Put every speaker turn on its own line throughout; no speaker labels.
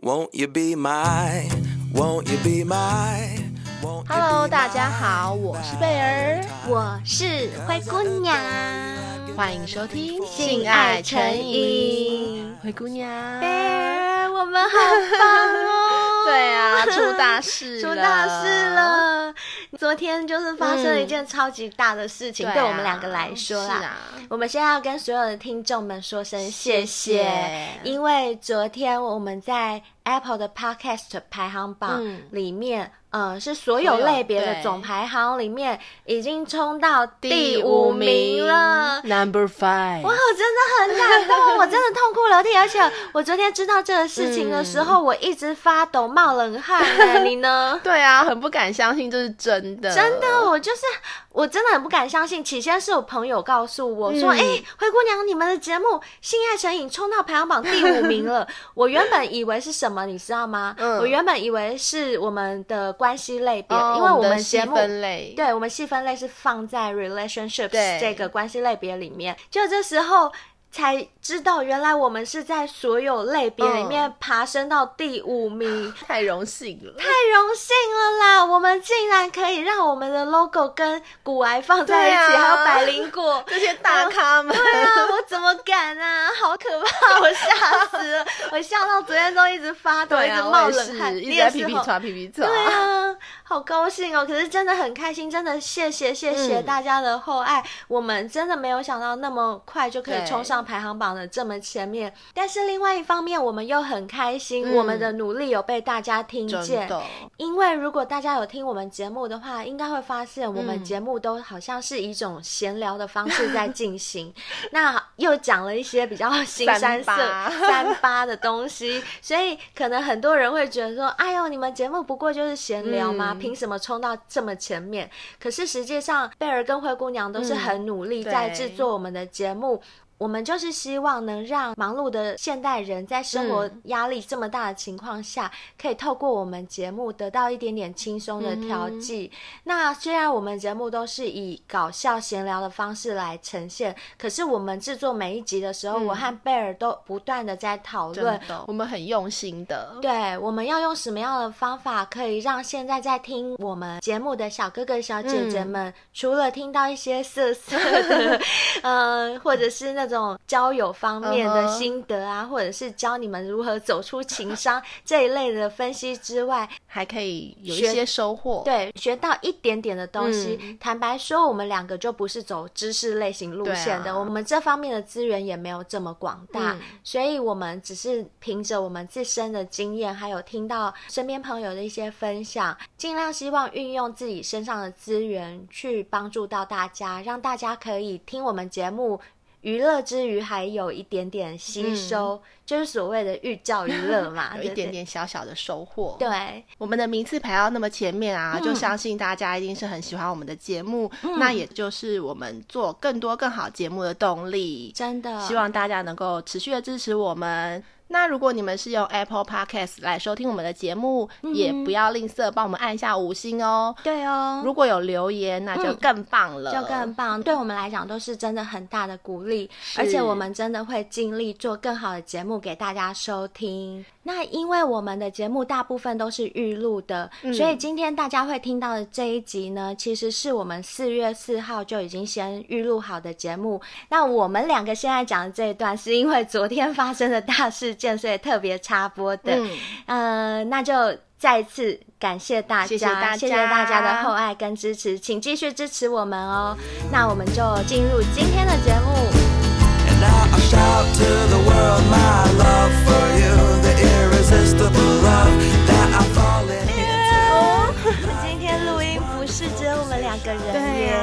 Won't you be my? Won't you be my? Won't you
Hello，
be
大家
my
好，我是贝儿，
我是灰姑娘，
欢迎收听《
性爱成瘾》。
灰姑娘，
贝儿，我们好棒哦！
对啊， 出大事，
出大事。了！昨天就是发生了一件超级大的事情，
对啊
对我们两个来说啦。
是啊，
我们现在要跟所有的听众们说声谢
谢
谢，
谢
因为昨天我们在 Apple 的 Podcast 排行榜
嗯
里面，呃，是所有类别
所有
的
对
总排行里面已经冲到第五名了。
，Number Five。
哇，我真的很感动，我真的痛哭流涕，而且我昨天知道这个事情的时候，
嗯
我一直发抖冒冷汗、哎
？
你呢
对啊，很不敢相信这是真的，
真的，哦我就是我真的很不敢相信。起先是我朋友告诉我
嗯
说：“哎、灰姑娘，你们的节目《性爱成瘾》冲到排行榜第五 名了。”我原本以为是什么，你知道吗？
嗯
我原本以为是我们的关系类别，
哦，
因为
我
我
的
们
细
节目
分类，
对我们细分类是放在 relationships
对
这个关系类别里面，就这时候才知道，原来我们是在所有类别里面爬升到第五名，
太荣幸了。
太荣幸了啦！我们竟然可以让我们的 logo 跟骨癌放在一
对
起，
啊
还有百灵 果。
这些大咖们，
对啊，我怎么敢啊！好可怕，我吓死了， 我笑到昨天都一直发 抖，
对
一直
啊，
冒
我也
冷汗，
是一
你
直
也
在
是
皮皮
吼
抓皮皮抓。
对啊，好高兴哦！可是真的很开心，真的谢谢谢谢
嗯
大家的厚爱，我们真的没有想到那么快就可以
对
冲上排行榜的这么前面。但是另外一方面，我们又很开心，
嗯
我们的努力有被大家听
真
见。
的，
因为如果大家有听我们节目的话，应该会发现我们
嗯
节目都好像是以一种闲聊的方式在进 行，那又讲了一些比较新山色
三 八
三八的东西，所以可能很多人会觉得说：“哎呦，你们节目不过就是闲聊吗？
嗯
凭什么冲到这么前面？”可是实际上，贝儿跟灰姑娘都是很努力
对
在制作我们的节目。我们就是希望能让忙碌的现代人在生活
嗯
压力这么大的情况下，可以透过我们节目得到一点点轻松的调
嗯
剂。那虽然我们节目都是以搞笑闲聊的方式来呈现，可是我们制作每一集的时候，
嗯
我和贝尔都不断的在讨
真
论。
的，我们很用心的。
对，我们要用什么样的方法可以让现在在听我们节目的小哥哥、小姐姐们，
嗯
除了听到一些色 色的，嗯、或者是那种交友方面的
嗯哼
心得啊或者是教你们如何走出情伤这一类的分析之外，
还可以有一
学
些收获。
对，学到一点点的东西。
嗯
坦白说，我们两个就不是走知识类型路线的，
对啊
我们这方面的资源也没有这么广大，
嗯
所以我们只是凭着我们自身的经验，还有听到身边朋友的一些分享，尽量希望运用自己身上的资源去帮助到大家，让大家可以听我们节目。娱乐之余，还有一点点吸收，就是所谓的寓教于乐嘛，
嗯 有
对
一
不
点
对
点小小的收获。
对，
我们的名次排到那么前面啊，
嗯
就相信大家一定是很喜欢我们的节目，那也就是我们做更多更好节目的动力。
真的
希望大家能够持续的支持我们。那如果你们是用 Apple Podcast 来收听我们的节目，
嗯
也不要吝啬帮我们按下五星哦。
对哦。
如果有留言，那就
嗯
更棒了，
就更棒，对我们来讲都是真的很大的鼓励，
是
而且我们真的会尽力做更好的节目给大家收听。那因为我们的节目大部分都是预录的，
嗯
所以今天大家会听到的这一集呢，其实是我们四月四号就已经先预录好的节目。那我们两个现在讲的这一段，是因为昨天发生的大事件，所以特别插播的。
嗯，
呃，那就再次感谢大家，
谢谢大家
谢谢大家的厚爱跟支持，请继续支持我们哦。那我们就进入今天的节目，
And now I shout to the world my love for you, the irresistible love that I'm falling into.
哦
今天录音不是只有我们两个人耶，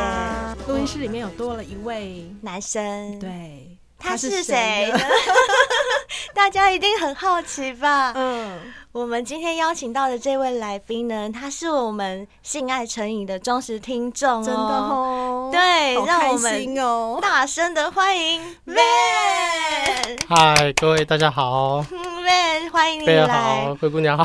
录音室里面有多了一位，
男生，，
对，
他是
谁
谁呢
呢？？
大家一定很好奇吧？
嗯，
我们今天邀请到的这位来宾呢，他是我们性爱成瘾的忠实听众哦，
真的哦，
对
好
让
开
我们
心哦，
大声的欢迎 Van。
嗨，各位大家好，
妹，欢迎你
贝尔
来
好，！灰姑娘好。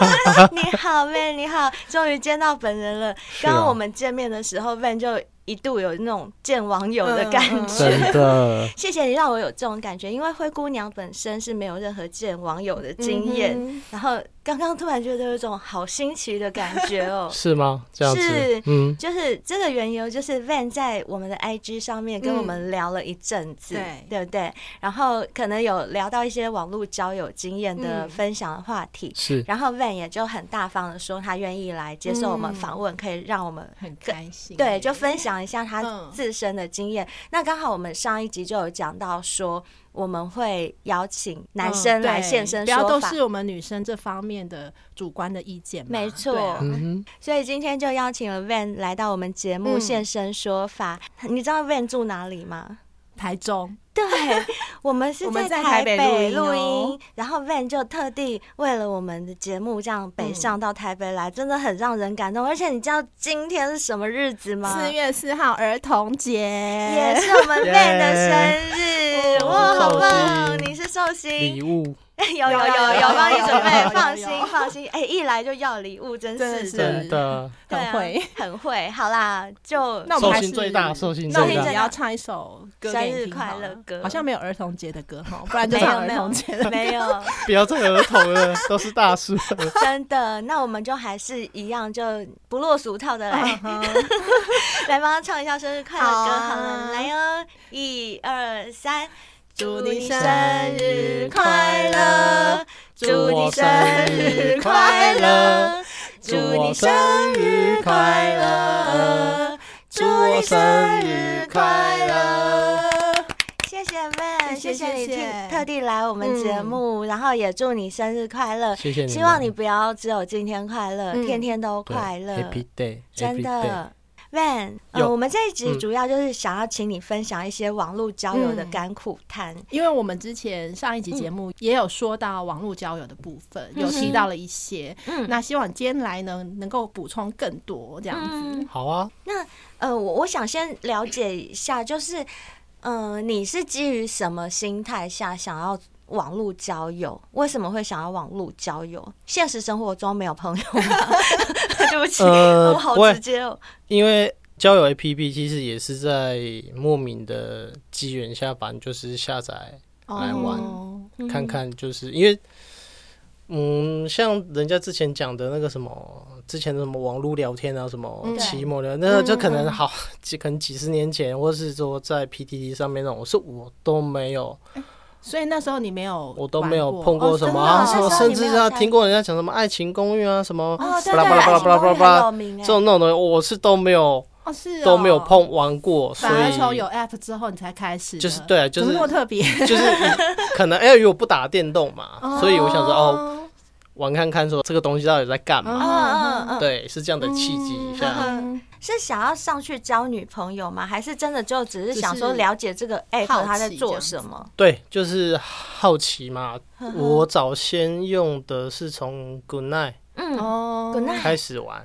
你好，妹，你好，终于见到本人了。
啊
刚刚我们见面的时候，妹就一度有那种见网友的感
嗯嗯嗯
觉。，
真的。
谢谢你让我有这种感觉，因为灰姑娘本身是没有任何见网友的经验，
嗯
然后刚刚突然觉得有一种好新奇的感觉哦
是吗？这样
是
子，嗯，
就是这个缘由，就是 Van 在我们的 IG 上面跟
嗯
我们聊了一阵子，
对
对不对？然后可能有聊到一些网络交友经验的
嗯
分享的话题，
是
然后 Van 也就很大方的说他愿意来接受我们
嗯
访问，可以让我们
很开心，
对，就分享一下他
嗯
自身的经验。那刚好我们上一集就有讲到说，我们会邀请男生
嗯
来
对
现身
不要
说
都
法。
是我们女生这方面的主观的意见嘛，
没错
对啊
嗯
所以今天就邀请了 Van 来到我们节目
嗯
现身说法。你知道 Van 住哪里吗？
台中，
对，我们是
我们在
台
台
北
北
录
录
音，
音哦
然后 Van 就特地为了我们的节目这样北上到台北来，真的很让人感动。而且你知道今天是什么日子吗？
四月四号儿童节，
也是我们
耶
Van 的生日，哇，好棒！
我
你是
是寿星
寿
哼，
星
礼，物
有有有有帮你准
有有
备
有，
放心
有有
放心，哎，一来就要礼物，真是
真的
的，对
真的，
很
啊
会。
很会。好啦，就
那我们
寿
还
星
是
最大，寿星
那我
寿
们
最
星
大
也，要唱一首歌给你听好了
生日快乐歌
好像没有儿童节的歌哈，不然就唱儿童节 的。
没有，
不要再儿童了，都是大叔了。
真的。那我们就还是一样，就不落俗套的 来 来帮他唱一下生日快乐歌好
好
了，
啊
来哦，一二三。祝
祝
你
你
生
生
日
日
快
快
乐
乐！
祝
祝
你
我
生
生
日
日
快
快
乐
乐！
祝
祝
你生
我
日快乐祝你
生日快乐！祝我
生
生
日
日
快
快
乐
乐！
谢谢 Van，谢
谢谢
谢你
谢谢
听特地来我们节目，
嗯
然后也祝你生日快乐。
谢谢你们
希望你不要只有今天快乐，
嗯
天天都
对
快乐，
，Happy Day，
真
Happy Day
的。Van，呃，
有
我们这一集
嗯
主要就是想要请你分享一些网络交友的甘苦谈。
因为我们之前上
嗯
一集节目也有说到网络交友的部分，有提到了一些。
嗯
那希望你今天来呢，能够补充更多这样子。
嗯，
好啊，
呃，我我想先了解一下，就是，呃，你是基于什么心态下想要网络交友？为什么会想要网络交友？现实生活中没有朋友 吗？对不起，
呃
我好
不会
直接哦。
因为交友 APP 其实也是在莫名的机缘下，反正就是下载来玩。
哦，
嗯
看看，就是因为，嗯，像人家之前讲的那个什么，之前的什么网络聊天啊，什么
嗯
奇摩的，那个就可
嗯
能好几，可能几十年前，或是说在 PTT 上面那种，是我都没有，
所以那时候你没有，
我都没有碰过什么
哦
啊，
真
什
的 哦
么，甚至
那时候你没有
啊，
下
听过人家讲什么爱情公寓啊，什么
哦，对
巴
对，
拉巴拉巴拉巴拉巴拉巴拉
有名哎
这种那种东西，我是都没有
哦，是哦
都没有，碰玩过，所
反而从
以
有 app 之后你才开始的，
就是对啊，就
怎么
是
那么特别，
就是可能哎，因为我不打电动嘛， 所以我想说哦。玩看看说这个东西到底在干嘛。
嗯嗯 嗯，
对，是这样的契机一下。
哦嗯，
是想要上去交女朋友吗？还是真的就只是想
只
说
是
了解这个 app
好奇
它在做什么？
对，就是好奇嘛。我早先用的是从 Good Night
嗯
哦，
，Good night，
开始玩，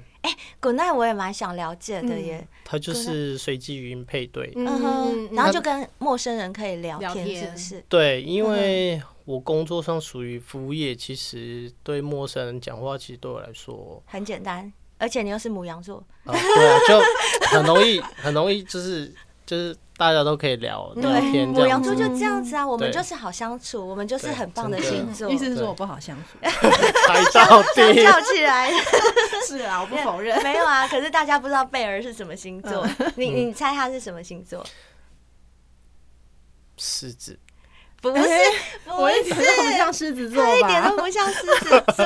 Good night，我也蛮想了解的耶。
它就是随机语音配对。
嗯哼，然后就跟陌生人可以聊
聊
天，
天
是不是？
对，因为我工作上属于服务业，其实对陌生人讲话，其实对我来说，
很简单，而且你又是母羊座，
啊，对啊，就很容易，很容易，就是就是大家都可以聊聊
对，
天
母
这
羊
样
座
子。
就 这样子啊，我们就
对
是好相处，我们就是
对
很棒的
真的
星座，
意思是
对
说我不好相 处，
拍照 地，
叫起来。
是啊，我不否认。
没有啊，可是大家不知道贝尔是什么星座，
嗯
你
嗯
你猜他是什么星
哎
座？
狮子，
不是，不
我一
是
点，都不像狮子座
他 一点
吧
都？不像狮子 座。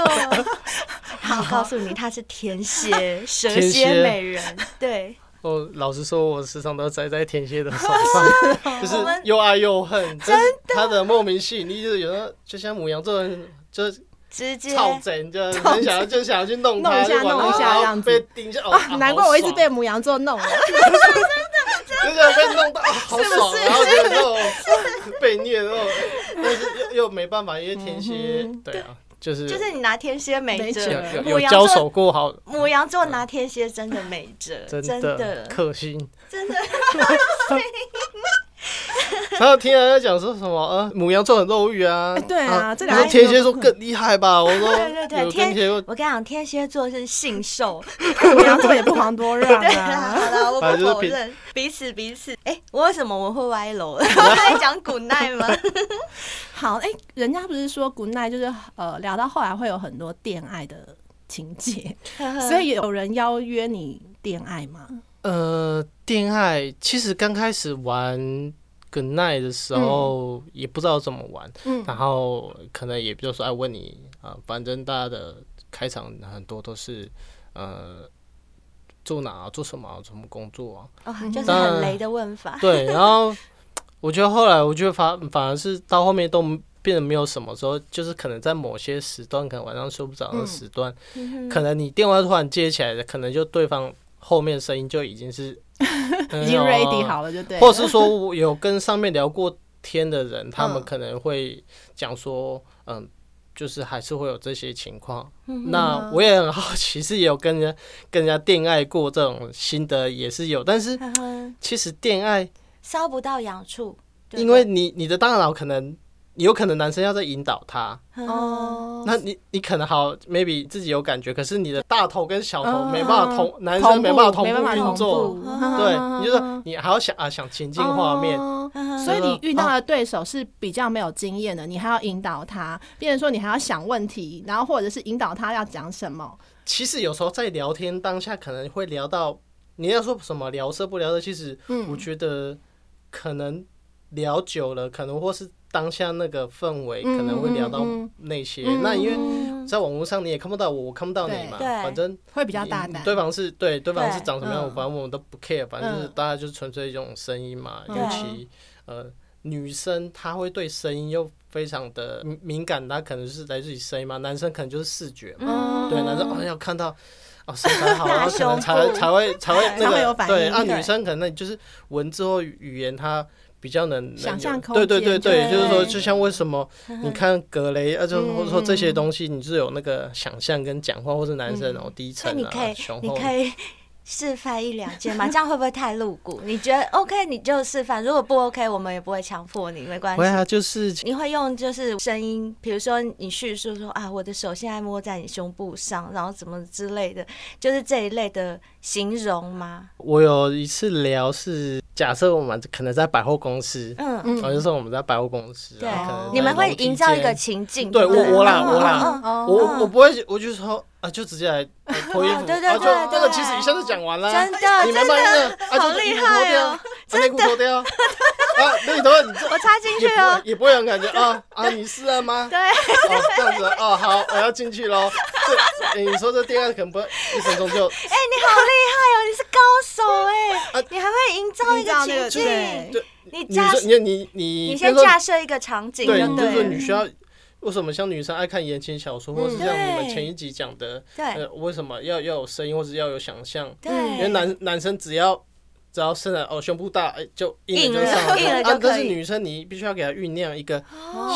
好，告诉你，他是天 蝎，蛇
天
蝎
蝎
美人。对，
我哦老实说，我时常都栽在天蝎的手 上，就是又爱又恨，真的，他的莫名吸引力就是有时候就像母羊座人，就是
直接
操整，就是很想要就想要去弄
弄
他，
一下
就管
弄一下
他
这
然后
样子
被盯一下，哦，啊
难怪我一直被
好
母羊座弄了。啊
爽就是被弄到，啊好 爽，然后就那种被虐那种，但是又又没办法，因为天
嗯
蝎，对啊，就是
就是你拿天蝎没
没
有
辙
辙，
有
母
有
羊
交
座
手过好，
母羊座拿天蝎真的没辙，
真哦
真的
克星，
真的。
然后听人家讲说什么呃母羊座很肉欲啊，
对啊这两
然后
个
天蝎座更厉害吧？我说
对对对，
有跟
天
蝎座，
我跟你讲，天蝎座是性 兽，
母羊座也不遑多让
对啦，
啊。
好了，我
反
不
正就是
否
彼
认，彼此彼此。哎、我为什么我会歪楼？ 我在讲古奈吗？
好，哎、人家不是说 good night 就是呃聊到后来会有很多恋爱的情节，所以有人邀约你恋爱吗？
呃，恋爱其实刚开始玩。good night 的时候也不知道怎么玩，
嗯
然后可能也就是爱问你啊、反正大家的开场很多都是呃做哪、啊、做什么、啊、做什么工作啊，
哦，就是
当
很
然
雷的问法。
对，然后我觉得后来，我觉得反反而是到后面都变得没有什么时候，就是可能在某些时段，可能晚上睡不着
嗯
的时段，可能你电话突然接起来的，可能就对方后面声音就已 经是
已经 ready
了，
好了，就对了。
啊或者是说我有跟上面聊过天的人，他们
嗯
可能会讲说，嗯。就是还是会有这些情况，
嗯
那我也很好奇，是有跟人家跟人家恋爱过这种心得也是有，但是
嗯
呵呵
其实恋爱
烧不到痒处，对
因
不
为
对
你你的大脑可能有可能男生要在引导他，
哦，
那你你可能好 maybe 自己有感觉，可是你的大头跟小头
嗯
没办法同，男
同
生
步
没办法同
没办法
运
同
作，
步啊
对，你就说你还要想啊想情境画面，
哦
呵呵
所以你遇到的对手是比较没有经验的，你还要引导他，变成说你还要想问题，然后或者是引导他要讲什么。
其实有时候在聊天当下可能会聊到你要说什么聊色不聊色，其实
嗯
我觉得可能聊久了，可能或是当下那个氛围可能会聊到
嗯嗯嗯
那些，
嗯
那因为。
嗯
在网络上你也看不到我，我看不到你嘛，
对对
反正
会比较大胆
你嗯对方是对，对方是
对
长什么样，
嗯
反正我们都不 care，反正就是
嗯
大家就是纯粹一种声音嘛。
对
尤其呃，女生她会对声音又非常的敏敏感，她可能是来自于声音嘛。男生可能就是视觉嘛，
嗯
对，男生哦要看到哦身材好，
大
然后可能
胸
才
部
才会才会
才
那
会有
个
反
对。
应
啊，
对
女生可能就是文字或语言她。比较能能
想
有
象空
对对对
间
对，
对嗯
就是说，就像为什么你
呵呵
看格雷，啊，就
嗯
或者说这些
嗯
东西，你是有那个想象跟讲话，或是男生哦低
嗯那
沉
你可
啊，
以
雄，
你
厚。
可以示范一两件嘛？这样会不会太露骨？你觉得 OK 你就示范，如果不 OK 我们也不会强迫你，没关系
会。啊，就是
你会用就是声音，比如说你叙述说啊，我的手现在摸在你胸部上，然后怎么之类的，就是这一类的形容吗？
我有一次聊是假设我们可能在百货公司，
嗯，
然后就说我们在百货公司，
对
然后可能在
你们会
楼梯
营造一
间
个情境。
对
不
我我啦
嗯嗯嗯
我
嗯
啦，我我不会，我就说啊，就直接来 脱衣服，
哦对对
啊就
对对
这个其实一下就讲完了，
真的
你们把那个啊，
好
就是衣
厉
服
害
脱掉，
哦
啊内裤脱掉，啊，那你等会你 这
我插进去
也不
哦
会，也不会有感觉啊啊，你是啊吗？
对，
哦这样子哦，好，我要进去喽。这你说这第二可能不会一分钟就
哎、你好厉害哦，你是高手哎、
啊
你还会营造一
营造那
情
个
境，
对
对
你
你
架
说你你
你
你比如
先
说
架设一个场景就
对，
对
你就说
了，
你需要为什么像女生爱看言情小说，或是像你们
嗯对
前一集讲的，
对
呃，为什么要要有声音，或是要有想象？因为
对，
男男生只要只要生了哦胸部大，哎，就硬了
硬
就
了
上来
硬了就
啊，但
可
是
以哦
女生你必须要给她酝酿一个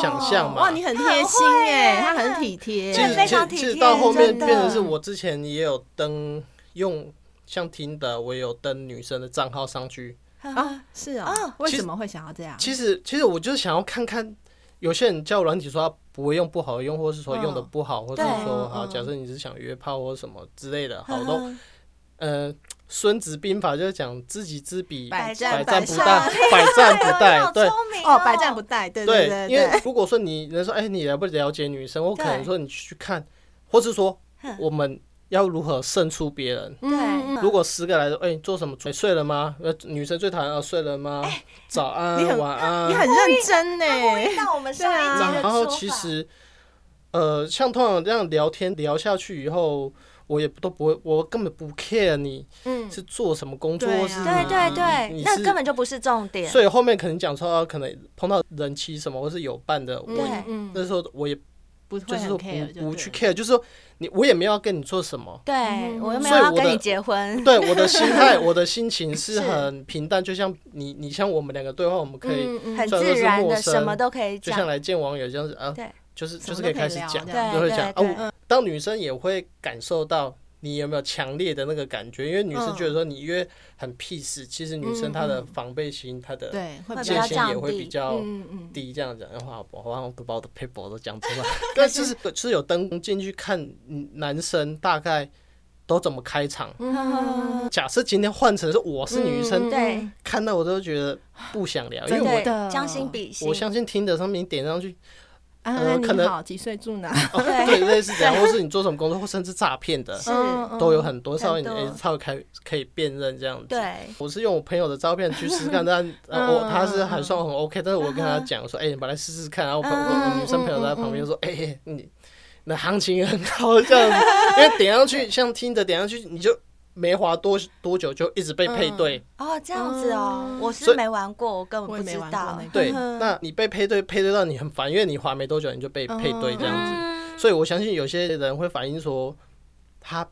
想象嘛。
哇，你很贴心
很会
哎、
耶
他很体贴，
其
对
实
非
其
常
实
体
其
贴
实到后面
真的
变成是我之前也有登用像听的，我也有登女生的账号上去。
啊，是哦，
哦
为
其
什
实
么会想要这样？
其实其实我就是想要看看，有些人叫软体说他不会用不好用，或是说用的不好，或
嗯
者
对
是说啊，
嗯
假设你是想约炮或什么之类的，好多
嗯
呃，《孙子兵法》就是讲知己知彼，
百
百
战百
战不
胜
殆，百战不
哎呦
殆，
你
对
好。聪明
哦，百战不殆，对对
对，因为
对，
如果说你能说，哎，你了不了解女生，我可能
对
说你去看，或是说
哼
我们要如何胜出别人，
对，嗯
如果十个来说，哎、你做什么？你睡了吗？呃，女生最讨厌啊，睡了吗？早
你很
安，晚安。
嗯你很认真呢、
到我们上一集的
然后
说
其
法
实，呃，像通常这样聊天聊下去以后，我也都不会，我根本不 care 你
嗯，
是做什么工作，
对啊
或是你
对对对
你，
那
是
根本就不是重点。
所以后面可能讲说、啊，可能碰到人妻什么，或是有伴的，我也
嗯
那时候我也
不
就
会
是
很
说
care，
不不去
对了
care，就是说你我也没有要跟你做什么，
对我又没有
所以
要
我
跟
的
你结婚，
对我的心态，我的心情是
是
很平淡，就像你，你像我们两个对话，我们可
嗯
以
很
虽
自
然说是
然
陌
的，
生
什么都可以
就
讲
像。来见网友这样子啊
对，
就是
什么都
就是可以开始
可以聊
讲，
这样
就会讲啊
对对
我。当女生也会感受到你有没有强烈的那个感觉？因为女
嗯
生觉得说你约很 peace，、其实女生她的防备心、她的
对，会比
界
较
限也会比较
嗯嗯，
低。这样讲的话，我好像都把我的 paper 都讲出来。但就是就是有灯进去看男生大概都怎么开场。假设今天换成是我是女生，
对，
看到我都觉得不想聊，因为
真
我
的
对，将心比心
我，相信听的上面你点上去，
安
呃
安
可
啊你
能
好，几岁住哪？
哦，对，类似这样，或是你做什么工作，或甚至诈骗的，
是
嗯都有很多，稍微你
很多
稍微可以可以辨认这样子。
对，
我是用我朋友的照片去试试 看，但呃我他是还算很 OK，但是我跟他讲说，哎，你把它试试看，然后我朋我女生朋友都在旁边说，哎，你那行情很高这样子，因为点上去像听的点上去你就。没滑多多久就一直被配对，
哦，这样子哦，我
所
是
以
没玩过，我根
嗯我
本
也
不
没
知
玩过
道
那。个
对，那你被配对配对到你很烦，因为你滑没多久你就
嗯
被配对这样子，所以我相信有些人会反映说，他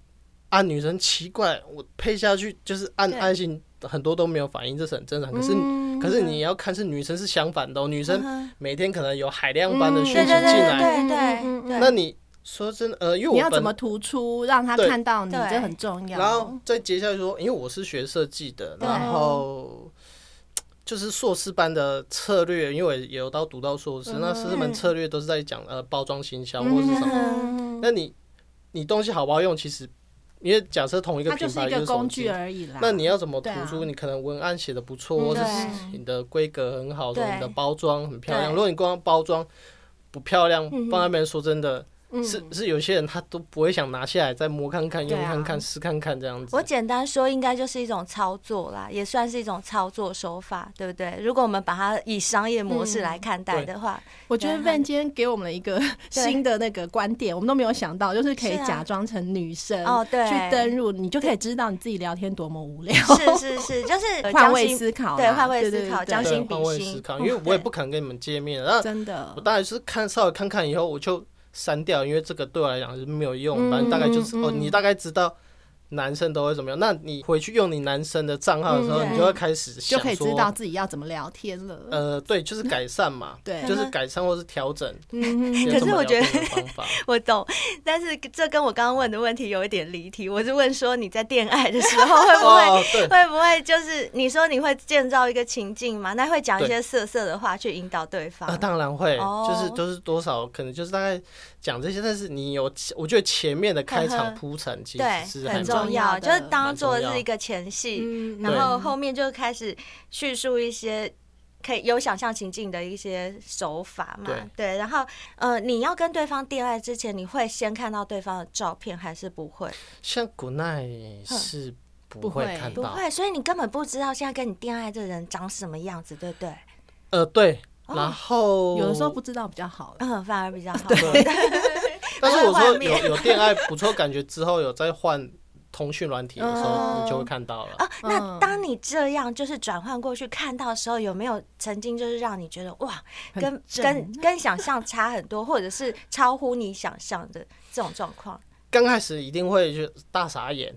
按女生奇怪，我配下去就是按
对嗯
爱心，很多都没有反应，这是很正常。可是、可是你要看是女生是相反的、哦，女生每天可能有海量般的
嗯
讯
对
息进
对对
嗯
来，
对对对对，
那你说真的，呃，因为我
你要
本
怎么突出让他
对
看到你，
对
这很重要。嗯啊
然后再接下来说，因为我是学设计的，
对
然后就是硕士班的策略，因为我也有到读到硕
嗯
士，那师门策略都是在讲呃包装行销或是什么。
嗯，
那你你东西好不好用，其实因为假设同一个
它就
品
是
牌
一个
是
工
手
具
机。
而已啦。
那你要怎么突
对
出？
啊
你可能文案写的不错，或者是
对嗯
你的规格很好，
对
或者你的包装很漂亮。
对
如果你光包装不漂
嗯
亮，放那边说真的，是是有些人他都不会想拿下来再摸看看、
对啊
用看看、试看看这样子。
我简单说，应该就是一种操作啦，也算是一种操作手法，对不对？如果我们把它以商业模
嗯
式来看待的话，
我觉得
对
Van 今天给我们了一个新的那个观点，我们都没有想到，就是可以
是啊
假装成女生
哦对
呃去登入，你就可以知道你自己聊天多么无聊，
是 是是，就是
换
将
位
心
思考啦，
对换位
对
思
对
考
对
将
对
心比
换位
心
思考，因为我也不可能跟你们见面。然后
真的
我，当然是看稍微看看以后，我就删掉，因为这个对我来讲是没有
嗯
用。反正大概就是哦，你大概知道男生都会怎么样。那你回去用你男生的账号的时候，
嗯
你就会开始
就
想
可以知道
说，
自己要怎么聊天了。
呃，对，就是改 善嘛，
对
就是改善或是调整。
嗯，
有
可
什
是
么
我
聊
觉得
天的方法，
我懂，但是这跟我刚刚问的问题有一点离题。我是问说你在恋爱的时候 会不会、
哦，对，
会不会就是你说你会建造一个情境嘛？那会讲一些色色的话去引导对方。
啊，当然会，
哦
就是都是多少，可能就是大概讲这些，但是你有，我觉得前面的
呵
开
呵
场铺陈其
对
实是，还
很
蛮
重要，
蛮重要的
就是当做是一个前戏，
嗯
然后后面就开始叙述一些可以有想象情境的一些手法嘛。
对
对，然后呃，你要跟对方恋爱之前，你会先看到对方的照片还是不会？
像古奈是不
不
会
会
看
嗯不
到，
会，所以你根本不知道现在跟你恋爱这个人长什么样子，对不对？
呃，对，
哦
然后
有的时候不，知道比较好 啦。
嗯，反而比较好。
但是
不会
我说
幻
有
灭
有恋爱不错感觉之后，有再换通讯软体的时候，
嗯
你就会看到了。
啊，那当你这样就是转换过去看到的时候，有没有曾经就是让你觉得哇，
很
跟
正啊
跟 跟想象差很多，或者是超乎你想象的这种状 况？
刚开始一定会就大傻眼，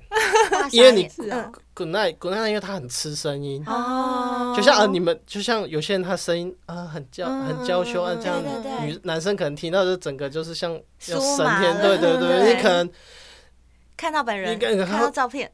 大
因为
傻
你
眼
是
嗯
古奈古奈，因为他很吃声音，
哦，嗯
就像呃你们就像有些人他声音啊很娇很娇羞啊这样
对对，对
女男生可能听到就整个就是像要
酥
升
麻
天，
了
对对
对
对，你可能
看到本人，
你看
看到照 片，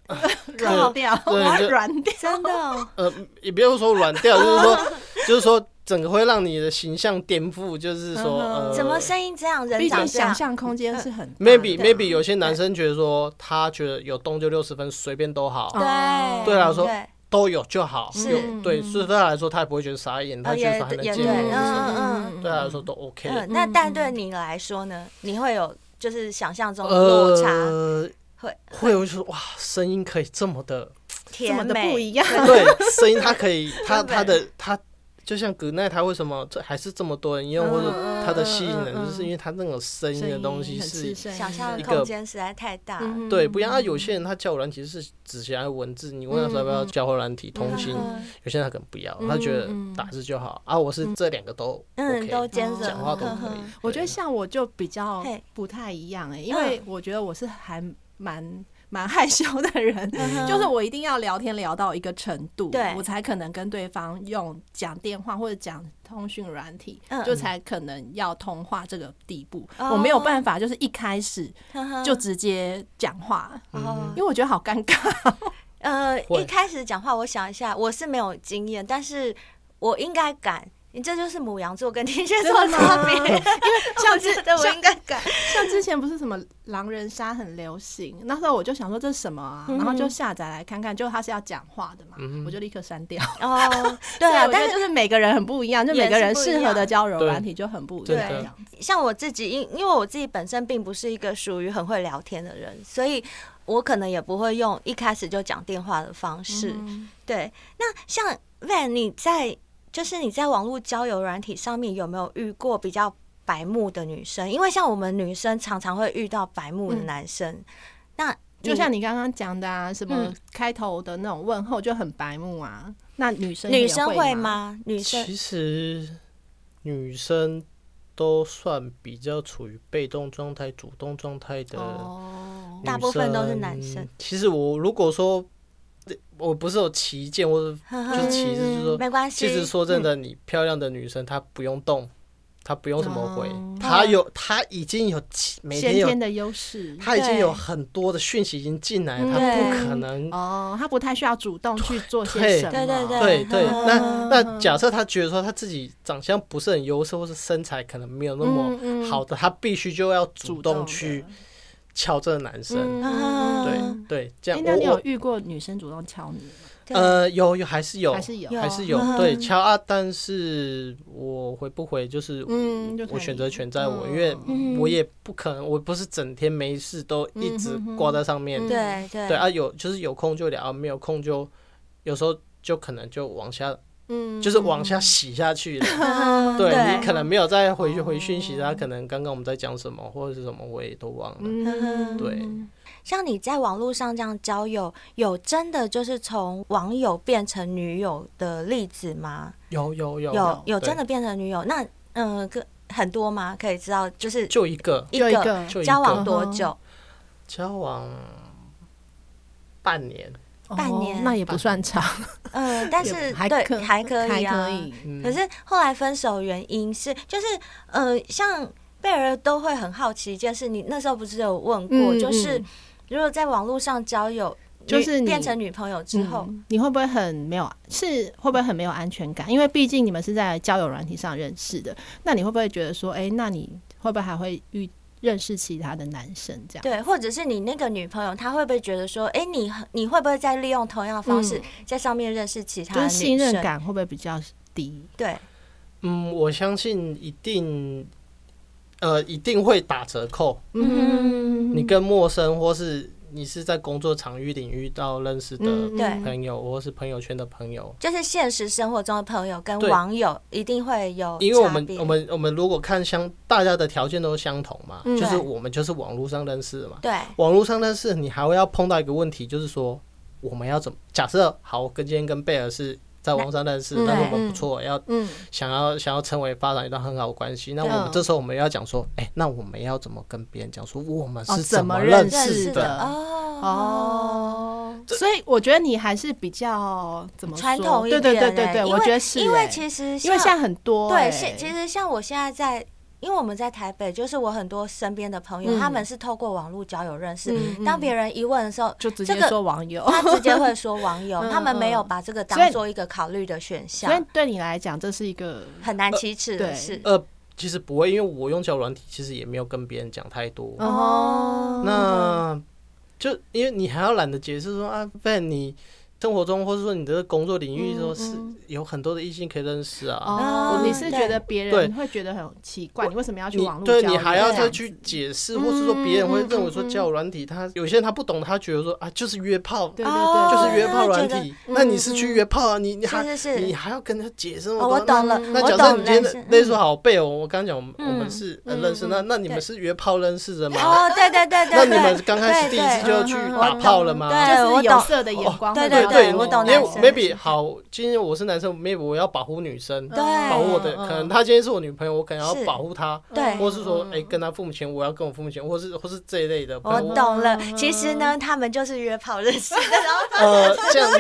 软掉，我
对
要
就
软掉，
真的 哦
呃，也不用说软掉，就是说，就是说，整个会让你的形象颠覆，就是说，呃，
嗯怎么声音这样，人
毕
长
竟
这样
想，象空间
嗯
是很大的
对
maybe
啊
maybe 有些男生觉得说，他觉得有动就六十分，随便都好，
哦
对
对啊说
对
都有就好，
是嗯
有对，所以对他来说，他也不会觉得傻眼，他
哦
觉得
也
说还能
也
见
对，嗯
面，
嗯嗯。
对他来说都 OK。
嗯，那但对你来说呢？你会有就是想象中的落差，
呃，
会
会有说哇，声音可以这么 的，
这么
甜
的
美
不一样。
对，声音它可 以，它
对
它的它。就像格奈，他为什么这还是这么多人用，
嗯
或者他的吸引人，就是因为他那种声音的东西是
想象的
一个
空间实在太大
嗯
了。
对，不一
嗯
样。啊，有些人他交友软体是只喜欢文字，你问他说要不要交友软体通信，
嗯
有些人他可能不要，他觉得打字就好啊。我是这两个都
嗯，都
OK，
兼着嗯
讲话都
呵呵
可以。
我觉得像我就比较
嘿
欸
嗯
不太一样哎、因为我觉得我是还蛮蛮害羞的人，就是我一定要聊天聊到一个程度，
嗯对
我才可能跟对方用讲电话或者讲通讯软体
嗯，
就才可能要通话这个地步。
哦嗯
我没有办法，就是一开始就
就
直接讲话，
哦
因为我觉得好尴尬。
呃，
嗯会
一开始讲话，我想一下，我是没有经验，但是我应该敢。你这就是母羊座跟天蝎座的差别，因 为像是我应该敢。
像之前不是什么狼人杀很流行，那时候我就想说这是什么啊，
嗯
然后就下载来看看，就它是要讲话的嘛，我就立刻删掉。
哦，对啊，
所以我觉得
但是
就是每个人很不一样，就每个人适合的交友
也是不一样
软体就很不一
对
样
真的。
像我自己，因因为我自己本身并不是一个属于很会聊天的人，所以我可能也不会用一开始就讲电话的方式。
嗯
对，那像 Van，你在就是你在网络交友软体上面有没有遇过比较白目的女生？因为像我们女生常常会遇到白目的男生，那
嗯就像你刚刚讲的啊，什么
嗯
开头的那种问候就很白目啊。那女生
女
也
生
会
会？吗？女生
其实女生都算比较处于被动状态、主动状态的
哦，
女
大部分都是男生。
其实我如果说呃我不是有旗舰，或者
呵呵
就是，其实就是说，
没关系。
其实说真的，
嗯
你漂亮的女生她不用动，她不用怎么回
哦，
她有她已经有每
先
天有
天的优势
她已经
对
有很多的讯息已经进来，
嗯
她不
对
可能
哦，他不太需要主动去做些
对
什么。
对对
对对，
嗯
那那假设他觉得说他自己长相不是很优秀，或是身材可能没有那
嗯嗯
么好的，他必须就要主
主
动
动
去敲这个男生。
嗯
对
嗯
对，这
哎
样，
那你
我
有
我
遇过女生主动敲你吗？
对
呃有有还是有
还是有嗯
还是
有
有对敲啊，但是我回不回就是
嗯就看
我
你
选择权在我，
嗯
因为
嗯
我也不可能，我不是整天没事都一直
嗯哼哼
挂在上面。
对对
对啊，有就是有空就聊，啊没有空就有时候就可能就往下，
嗯
就是往下洗下去了。对
对哦
你可能没有再回去回讯息，他可能刚刚我们在讲什么或者是什么，我也都忘了。
嗯
对，
像你在网络上这样交友，有真的就是从网友变成女友的例子吗？
有有有
有有
对
真的变成女友？那嗯，个、很多吗？可以知道就是
就一个
一
就一
个
个嗯
就一
交往
个
多久？
交往半年，
半年
哦那也不算长，
嗯、但是
也还
对
可
还可以啊
还可。以。
嗯
可是后来分手原因是就是呃，像贝尔都会很好奇一件事，你那时候不是有问过，
嗯
就是
嗯
如果在网络上交友，
就是
女
你
变成女朋友之后，
嗯你会不会很没有是会不会很没有安全感？因为毕竟你们是在交友软体上认识的，那你会不会觉得说，哎、那你会不会还会遇认识其他的男生这样？
对，或者是你那个女朋友，她会不会觉得说，哎、你很你会不会再利用同样的方式
嗯
在上面认识其他
就
的
是
女
信任
生？
感会不会比较低？
对，
嗯，我相信一定，呃，一定会打折扣。
嗯，
你跟陌生或是你是在工作场域领域到认识
嗯
的
对
朋友，或是朋友圈的朋友，
就是现实生活中的朋友跟
对
网友一定会有
因为我
差
们
别
我们我们如果看相大家的条件都相同嘛，
嗯
就是
对
我们就是网络上认识的嘛，
对
网络上，但是你还会要碰到一个问题，就是说我们要怎么？假设好，我跟今天跟贝尔是在网上认识，
嗯
但是我们不错，要
嗯
想要想要成为发展一段很好的关系，那
对
我们这时候我们要讲说，哎，那我们要怎么跟别人讲说我们是
哦怎
么
么
认
认
识
识
的？
的
哦
哦，所以我觉得你还是比较怎么说
传统一
对
点、
对对对
诶
对，
因
我
为
觉得是、
因为
诶
其实
因为现在很多、欸
对，
诶
现其实像我现在在，因为我们在台北，就是我很多身边的朋友，
嗯
他们是透过网络交友认识。
嗯嗯
当别人一问的 时候，
就直
这
接
个
说网友，
他直接会说网友，
嗯
他们没有把这个当做一个考虑的选
所以哦
项，
对你来讲，这是一个
很难启齿的事。
呃，其实不会，因为我用交友软体，其实也没有跟别人讲太多。
哦，
那就因为你还要懒得解释说啊，不然你生活中或者说你的工作领域
嗯
说是有很多的异性可以认识啊。
哦，你是
对
觉得别
对
人会觉得很奇怪，你为什么要去
你
网络交
对
友？
你还要
这
再
样
去
子
解释，
啊
或是说别人
嗯
会认为说交友软体，他有些人他不懂，他觉得说啊就是约炮，
对
就
对
哦
对，
是约炮软
那我觉
体，那你是去约炮啊，你
嗯
你
是
还
是是
你还要跟他解释那么
哦，
多。
我懂了，
那那
我
假设
懂
你今
了。
天类似
嗯
好贝尔，我刚讲我们我
嗯
们是呃
嗯
认识，那那你
对
们是约炮认识的吗？
哦，对对对对
那
对，
你们刚开始
对嗯
第一次
对
就去打炮了吗？
对
就
我
是有
懂
色的眼光
对
会
对对
被
对，
我懂
因为
男生的
maybe 好，今天我是男生，maybe 我要保护女生，
对
保护我的，
嗯嗯
可能她今天是我女朋友，我可能要
是
保护她，
对
或是说，哎，跟她父母前，我要跟我父母前，或是或是这一类的，
我
可能
懂了。其实呢，他们就是约炮认识的，然后
呃，这样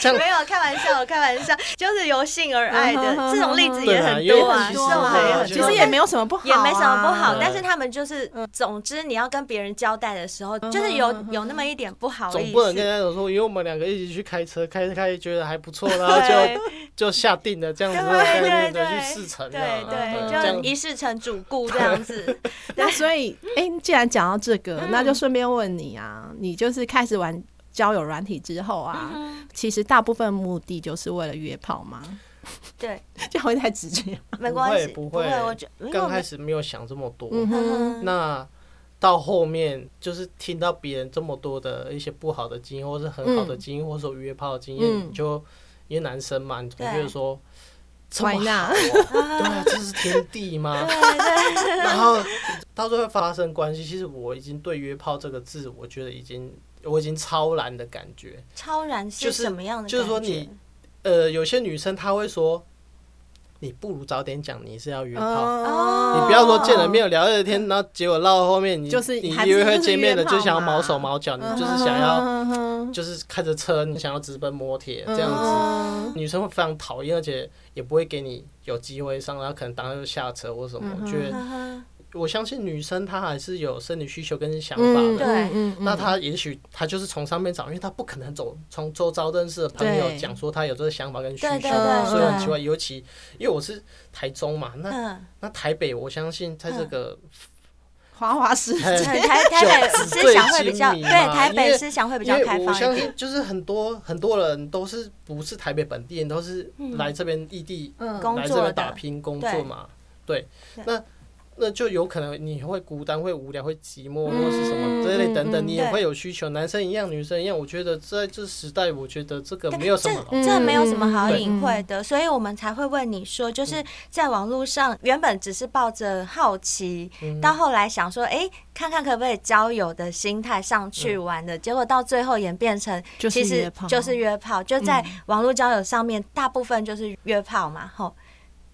这样
没有开玩笑，我开玩笑，就是由性而爱的
嗯哼
这种例子
对
也
啊
很
因为
多啊，
很
这
多
种还
啊
很
其
其
多
实
实
也没有什么不好、啊
也没什么不好，
啊对
但是他们就是，
嗯
总之你要跟别人交代的时候，就是有有那么一点不好的
总
意
不能跟
思。
人家说，因为我们两个一起去开车，开着开着觉得还不错，然后
对
就就下定了这样子，
对
概念
对
的去
对，
试乘，啊嗯
对
这
对，就
样
一试成主顾这样 子，
那所以，哎、既然讲到这个，
嗯
那就顺便问你啊，你就是开始玩交友软体之后
嗯
啊，
嗯
其实大部分目的就是为了约炮吗？
对，
这样会太直接。
没关系，
不
会
会，
我觉因为我
刚
们
开始没有想这么多，
嗯哼，
嗯
那到后面就是听到别人这么多的一些不好的经验，或是很好的经验，或者说约炮的经验，
嗯
你就因为男生嘛，你总觉
对
得说。这么
Why
好
not？
对啊，这是天地吗？然后到最后发生关系，其实我已经对约炮这个字，我觉得已经我已经超然的感觉。
超然是
就是
什么样的感觉？
就是说你呃，有些女生她会说，你不如早点讲你是要约炮。
哦，
你不要说见了面聊了天，然后结果到后面你
就是
你
还不是
约会
就是
见面了，
约炮
就想要
嘛嗯
毛手毛脚，你就是想要就是开着车，你想要直奔摩铁这样子。
嗯
子。
女生会非常讨厌，而且也不会给你有机会上，然后可能当下就下车或什么。
嗯
我觉得
呵呵
我相信女生她还是有生理需求跟想法
嗯，
的。
对
嗯
那她也许她就是从上面找，因为她不可能走从周遭认识的朋友
对
讲说她有这个想法跟需
对
求
对，
嗯
对，
所以很奇怪。尤其因为我是台中嘛，那
嗯，
那台北我相信在这个
花花世界，
很
台台台北思想会比较对，
酒精迷嘛
台
因
北
为
思想会比
因
较
为
开
我
放
相
一点
信，。就是很多很多人都是不是台北本地人，都是来这边异地、
嗯工
来这
作的
边打拼工作嘛。对，
对
那那就有可能你会孤单、会无聊、会寂寞，
嗯
或是什么这类等
嗯
等，你也
对
会有需求。男生一样，女生一样。我觉得在这时代，我觉得这个
对
没有什么好。
这没有什么
嗯
好
嗯嗯
隐晦的，所以我们才会问你说，就是在网络上原本只是抱着好奇，
嗯
到后来想说，哎，看看可不可以交友的心态上去
嗯
玩的，结果到最后演变成
就是
其实
约炮嗯
就是约炮，就在网络交友上面，大部分就是约炮嘛，吼，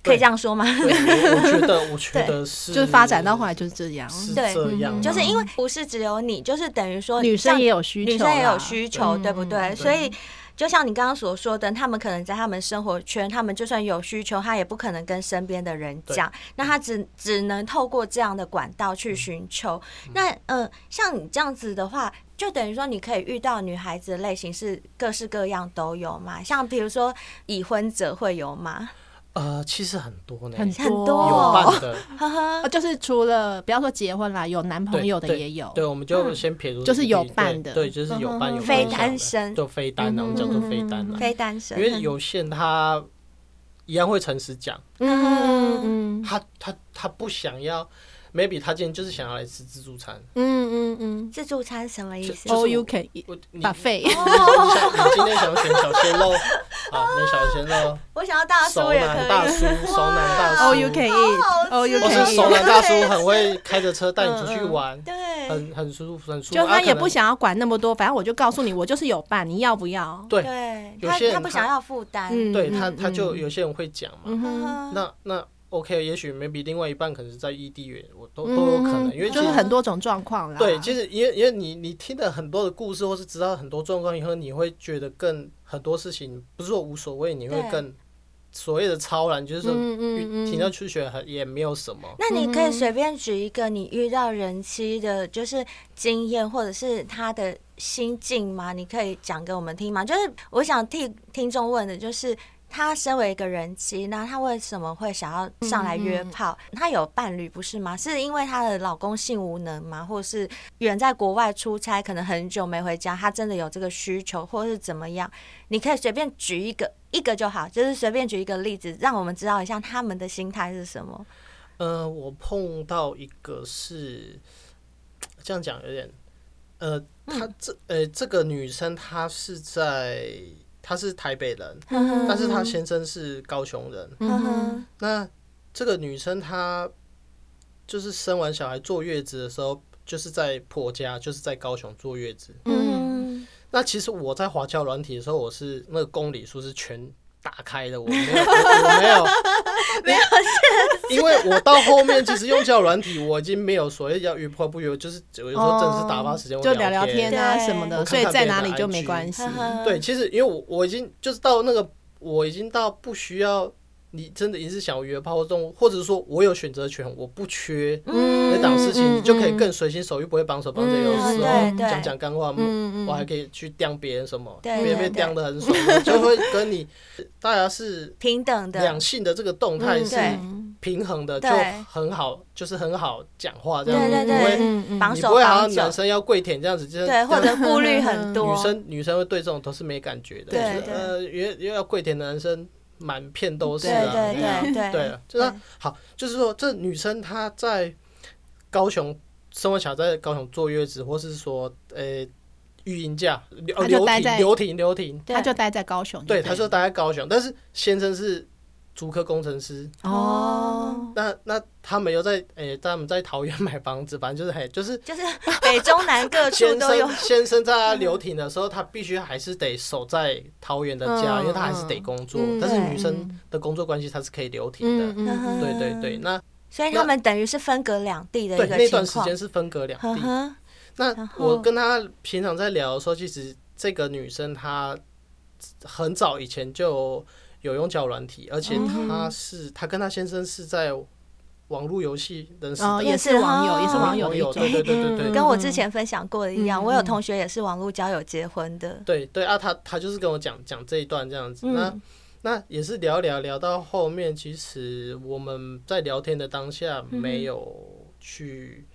可以这样说吗？
对我我觉得，我觉得是
就是发展到后来就是这样，
是
对
这样，啊
就是因为不是只有你，就是等于说
嗯女生
像
也有需求啦，
女生也有需求，
嗯
对不对？所以就像你刚刚所说的，他们可能在他们生活圈，他们就算有需求，他也不可能跟身边的人讲，那他只只能透过这样的管道去寻求。那嗯、呃像你这样子的话。就等于说，你可以遇到女孩子的类型是各式各样都有嘛？像比如说已婚者会有吗？
呃，其实很多呢，
很
很多
有
哦
伴的。
呵呵
哦，，就是除了不要说结婚啦，有男朋
对
友的
对
也有，
对，我们就先撇除
嗯就是
这个
有
例子
伴
对
的
对，就是有伴有
非
对象
嗯单
的
身嗯
就非单啊，我们叫做非单 啊，
非单身，
因为有些人他一样会诚实讲，
嗯嗯
他他他不想要，maybe 他今天就是想要来吃自助餐，
嗯嗯嗯
自助餐什么意思？哦
就是
，all
我
you can eat，
我你
把肺
你想你今天想选小 鲜肉，好，你小鲜肉，
我想要大叔
熟
也
男大
可以，
叔，熟男大叔
all Oh, you can eat，all you
或
can
是
eat，
熟男大叔很会开着车带你出去玩，
嗯对，
很很舒服，很舒服，
就
啊
他也
可能
不想要管那么多，反正我就告诉你，我就是有伴，你要不要？
对
对，
有
他
些
他
人
不
他
想要负担。嗯
嗯，
对
嗯
他他就
嗯
有些人会讲嘛，
呵呵
那那 OK，也许 maybe 另外一半可能是在异地缘，我都都有可能，
嗯
因为其
嗯就
实
是很多啊种状况啦。
对，其实因为因为你你听了很多的故事，或是知道很多状况以后，你会觉得更很多事情不是说无所谓，你会
对
更所谓的超然，就是说
嗯嗯嗯
停到去学很也没有什么。
那你可以随便举一个你遇到人妻的，就是经验或者是他的心境吗？你可以讲给我们听吗？就是我想替听众问的，就是他身为一个人妻，那他为什么会想要上来约炮？他有伴侣不是吗？是因为她的老公性无能吗？或者是远在国外出差，可能很久没回家，他真的有这个需求，或是怎么样？你可以随便举一个。一个就好，就是随便举一个例子，让我们知道一下他们的心态是什么。
呃，我碰到一个是这样讲有点，呃，
嗯
她这呃这个女生她是在她是台北人，
嗯
但是她先生是高雄人，
呵呵
那这个女生她就是生完小孩坐月子的时候，就是在婆家，就是在高雄坐月子。
嗯，
那其实我在华侨软体的时候，我是那个公里数是全打开的，我没有，我我 没有，
没有
因为我到后面其实用交友软体，我已经没有所谓要约炮不约，就是有时候真的是打发时间，
就
我
聊聊天
天。
啊
对
什么的，
我
所
看
以
看
在
别人
哪
的
里就
IG
没关系
呵。呵
对，其实因为我我已经就是到那个，我已经到不需要你真的一直想要约炮或动，或者说我有选择权，我不缺
嗯
那档事情，你就可以更随心所欲，不会绑手绑脚。有时
对
候
对
讲讲干话，
嗯嗯
我还可以去刁别人什么，
对
别人
对
被
对
刁的很爽，我就会跟你大家是
平等的，
两性的这个动态是
对
平衡的，就
对
很好，就是很好讲话这
对对
样子，不会
对，
嗯嗯
绑
你
手
不会好
绑
像
脚
男，生要跪舔这样子，就是
对，或 者顾虑很多，
女生女生会对这种都是没感觉的，
对
就是
对
呃，约约要跪舔的男生满片都是
对
啊，
对
啊
对对
对啊，就是她
对
好，就是说这女生她在高雄生活，小在高雄坐月子，或是说呃育婴假，留
她就
留
待
停
在
留停留停，
他就待在高雄。
对，她说待在高雄，但是先生是足科工程师，
哦，
那那他们又在诶、他们在桃园买房子，反正就是嘿，就是
就是北中南各处
先
都有
生先生在他留停的时候，他必须还是得守在桃园的家，
嗯
因为他还是得工作。
嗯
但是
对
女生的工作关系，她是可以留停的。
嗯嗯，
对对对，那
所以他们等于是分隔两地的
对
一个
那段
情
时
况。嗯
间是分隔两
呵
地。
呵，然
那
后
我跟她平常在聊的时候，其实这个女生她很早以前就有用脚软体，而且
哦
她是、她跟她先生是在网络游戏认识的。
哦，也是网友，也是网友的一种。
对对对对对
跟我之前分享过的一
嗯
样，我有同学也是网络交友结婚的。
对对啊，他他就是跟我讲讲这一段这样子，
嗯
那那也是聊一聊聊到后面，其实我们在聊天的当下
嗯
没有去、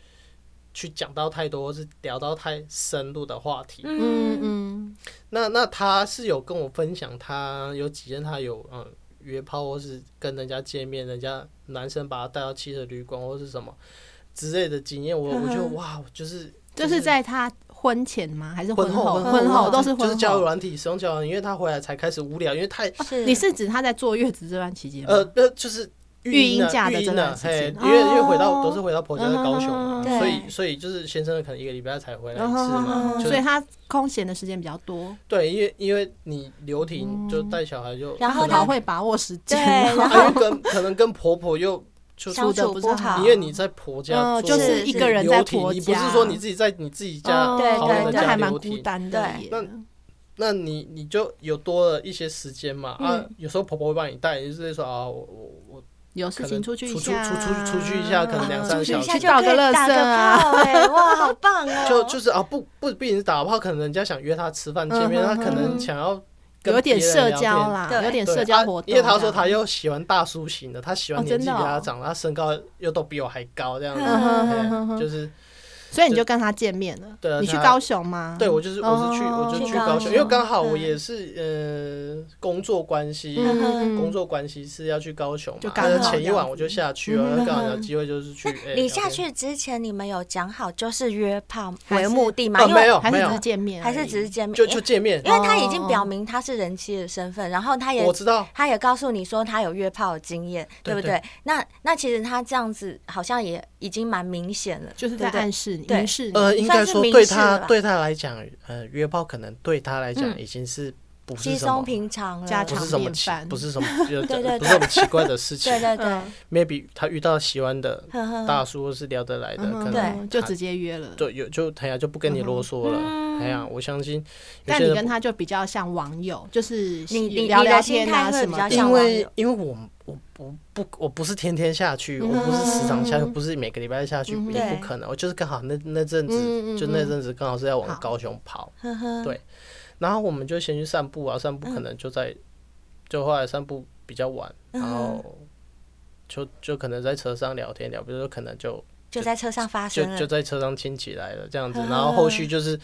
去讲到太多，或是聊到太深入的话题。
嗯嗯，
那那他是有跟我分享，他有几任他有嗯约炮，或是跟人家见面，人家男生把他带到汽车旅馆或是什么之类的 经验，我我就哇，就是
就是在他婚前吗？还是
婚
后？
后
婚后都是
就是
婚
交友
后。
软体使用交友软体，因为他回来才开始无聊，因为太
是
哦你是指他在坐月子这段期间吗？
呃，不就是
育婴
婴啊
假的
育
这
婴
段
的，
时
嘿
间，
因为因为回
哦
到都是回到婆家在高雄
嗯哼，
嘛
哼
所
对
以所以就是先生可能一个礼拜才回来一次
哦
嘛，就
所以
是
他空闲的时间比较多，
对，因为因为你
嗯
留停就带小孩就，
然后
可
他
能
老会把握时
对，
间。
然
啊
后
因为跟可能跟婆婆又就
相
是
处不好，
因为你在婆家
嗯，就
做
是一个人在
留停
婆家，
你不是说你自己在你自己家
哦
对
桃
对
园的
那
家
还蛮
留
孤
停，
单的
对
耶。
那那你你就有多了一些时间嘛啊，
嗯
有时候婆婆会帮你带，就是说啊，我我我
有事
可
情
能
出去一
出
下
出
啊，
出出去一下可能两三
出去
小
一
时
下
嗯就
倒
可
个
以
垃
打个
圾啊。
炮哎，哇，好棒哦！
就就是啊，不不不仅是打炮，可能人家想约他吃饭见面，
嗯
他
哼
可能想要跟
有点
别人聊
社
天
交，啦，
对
有点
对
社交
啊
活动这
因
样。
为他说他又喜欢大叔型的，他喜欢
哦
年纪
真
比
的哦
他长，他身高又都比我还高这样子，
嗯哼
对
哼哼
就是
所以你就跟他见面了。
对啊
你去
他
高雄吗？
对我就是我是去
哦
我就
去
去
高
高
雄
雄，因为刚好
嗯
我也是呃工作关系。
嗯
工作关系是要去高雄
就
嘛，
刚
但是
好这
前一
样
晚
子
我就下去
嗯
了，那刚好有机会就是去。哎
你
聊
下
天
去之前，你们有讲好就是约炮
还
为
是
目的吗？
呃
因为
没有
还是只是见面
还
而已？
是只是见面，
就就见面，
因为他已经表明他是人妻的身份，然后他也
我知道，
他也告诉你说他有约炮的经验，对
对
不对？那那其实他这样子好像也已经蛮明显了，
就是
对
在
不对
暗示你，
对
明示你。
呃，应该
算是
说
明
对
示
他
了吧
对他来讲，呃，约炮可能对他来讲
嗯
已经是不是
稀
什么
松平常了，
家
不
常
是什么
便
奇
饭
不 是什么就
对对
不是什么奇怪 的事情
对。对对，
嗯
，maybe 他遇到喜欢的
呵呵
大叔或是聊得来的，
嗯
可
哼
能
对嗯
他
就直接约了。
就有就哎呀就不跟你啰嗦了。哎呀，我相信有
但
些
你跟
人
他就比较像网友，就是
你你
聊
你的
聊
心
天
态
啊
会
什
比
么
较
的，
因
像网
为
友
因为我我我不我不是天天下去，我不是时常下去，不是每个礼拜下去，也
对
不可能。我就是刚好那那阵
嗯嗯
子就那
嗯
阵子刚好是要
好
往高雄跑。
呵呵，
对然后我们就先去散步啊，散步可能就在，就后来散步比较晚，
嗯
然后就就可能在车上聊天聊，比如说可能就
就在车上发
就
生了，
就在车上亲起来了这样子，然后后续就是，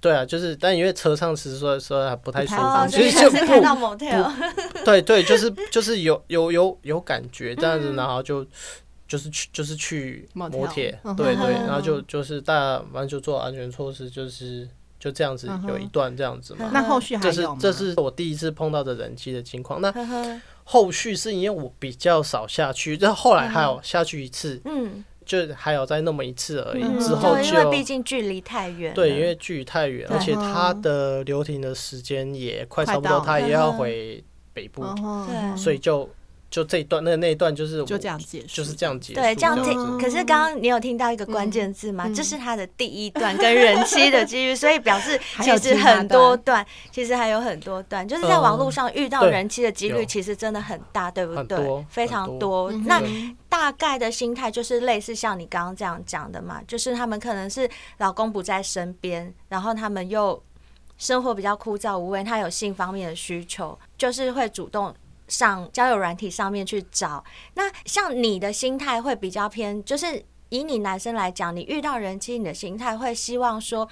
对啊，就是但因为车上其实说说还不太舒
不太
服，
哦，
嗯
其
所以
实
还
就是
看到哦
不
motel，
对对，就是就是有有有有感觉这样子，
嗯
然后就。就是去，就是去
摩
摩
天
铁
嗯，
对对，
嗯
然后就就是大家反正就做安全措施，就是就这样子
嗯哼
有一段这样子嘛，
嗯
那后续还
这是
有吗？
这是我第一次碰到的人机的情况。那
呵呵，
嗯
后续是因为我比较少下去，但后来还有下去一次，
嗯，
就还有再那么一次而已，
嗯
之后
就因为毕
就
竟距离太远了，
对，因为距离太远，
对
而且他的留停的时间也快
嗯快
差不
到
多，
了嗯
他也要回北部，
对
所以就就这一段那那一段就是我
就这样结束，
就是这样结束，
对，这样
子
听。可是刚刚你有听到一个关键字
嗯
吗？这是他的第一段跟人妻的 机遇，所以表示
还有
其
其
实
他
很多
段
段，其实还有很多段，就是在网络上遇到
对
人妻的几率
嗯有
其实真的很大，对不
很
对
多？
非
很
常
多
多。
嗯
那
对
大概的心态就是类似像你刚刚这样讲的嘛，就是他们可能是老公不在身边，然后他们又生活比较枯燥无味，他有性方面的需求，就是会主动上交友软体上面去找。那像你的心态会比较偏，就是以你男生来讲，你遇到人妻，你的心态会希望说。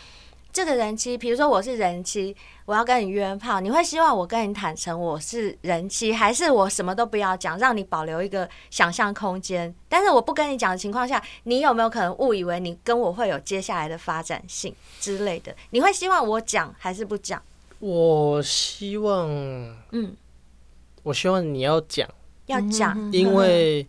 这个人妻，比如说我是人妻，我要跟你约炮，你会希望我跟你坦诚我是人妻，还是我什么都不要讲，让你保留一个想象空间？但是我不跟你讲的情况下，你有没有可能误以为你跟我会有接下来的发展性之类的？你会希望我讲还是不讲？
我希望，
嗯，
我希望你要讲，
要讲，
因为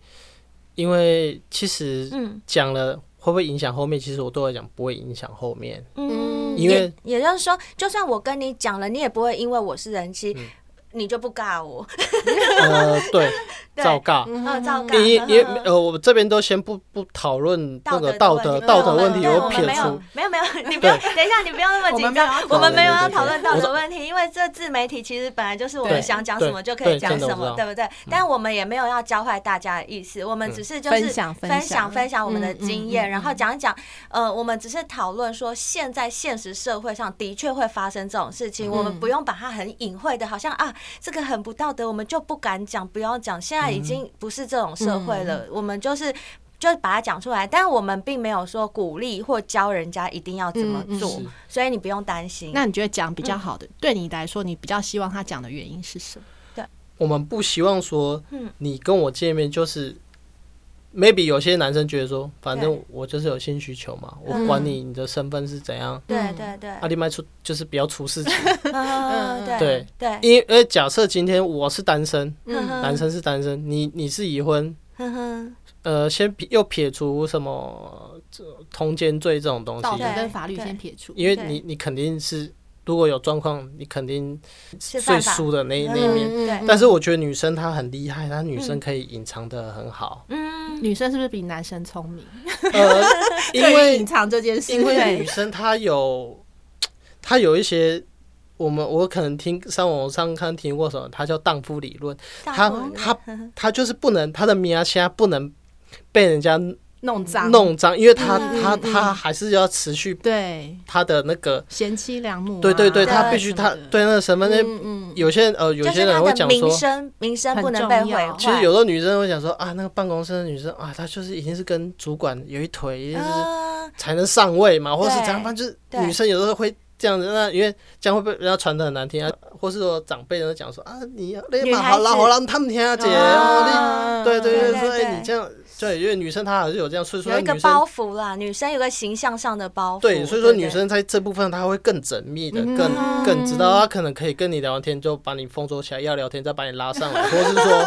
因为其实
嗯
讲了会不会影响后面？其实我对我来讲不会影响后面，
嗯，
因为
也也就是说，就算我跟你讲了，你也不会因为我是人妻，
嗯
你就不尬我，
呃，对，
对
照尬。
啊，照尬。
因因
呵呵
呃，我这边都先不不讨论那个道德
道德
道德
问
问
题
题，
对我们
我撇
没有
除。
没有没有，你不要等一下，你不要那么紧张，我们没有要讨论道德问题，因为这自媒体其实本来就是我们
对
想讲什么就可以讲什么，对
对对
不对？但我们也没有要教坏大家的意思，我
嗯
们只是就是
分享分
分
享
享分享我们的经验，
嗯嗯嗯
然后讲一讲，呃，我们只是讨论说现在现实社会上的确会发生这种事
嗯
情，我们不用把它很隐晦的，好像啊这个很不道德，我们就不敢讲，不要讲，现在已经不是这种社会了，我们就是就把它讲出来，但我们并没有说鼓励或教人家一定要怎么做，
嗯嗯是
所以你不用担心。
那你觉得讲比较
嗯
好的，对你来说，你比较希望他讲的原因是什么？
我们不希望说
嗯，
你跟我见面就是，maybe 有些男生觉得说，反正
对
我就是有性需求嘛，我
嗯
管你你的身份是怎样，
对对对，
啊，你卖出就是不要出 事情。
嗯对
对
对，
因为假设今天我是单身，
嗯哼
男生是单身，你你是已婚，
哼哼
呃，先撇又撇除什么这通奸罪这种东
道
西
德，
对
跟法律
对
先撇除，
因为
对
你你肯定是如果有状况，你肯定
是
最
犯法，
输的那那一面。
嗯对
嗯但是我觉得女生她很厉害，她女生可以隐藏的很好，
嗯
女生是不是比男生聪明？
呃， 因
对于隐
为
藏这件事，
因为女生她有她有一些。我们我可能听上网上看听过什么，她叫荡妇理论，她她她就是不能她的米亚虾不能被人家
弄脏
弄脏，因为他
嗯
他
嗯嗯
他还是要持续
对
他的那个，
贤妻良母啊，
对对
对
对，他必须他
什么的
对那个身份，那
嗯嗯，
有些人呃有
就是
些人
他
会
的
讲
名
说，
声，名声不能被毁坏。
其实有时候女生会讲说啊，那个办公室的女生啊，她就是一定是跟主管有一腿，一定是
啊，
才能上位嘛，或者是
对
怎样，反正就
对
是女生有时候会。这样子，那因为这样会被人家传的很难听啊，或是说长辈人都讲说啊，你你
呃女
嘛
孩
好啦
子
好啦，他们听啊姐，哦
啊
你对对
对
对，
对
说哎
对
你这样，对，因为女生她还是有这样，所以说
有一个
女生
包袱啦，女生有个形象上的
哦
包袱。
对，所以说
不
女生在这部分她会更缜密的，
嗯
更更知道，她可能可以跟你聊完天就把你封锁起来，要聊天再把你拉上来，或 是说，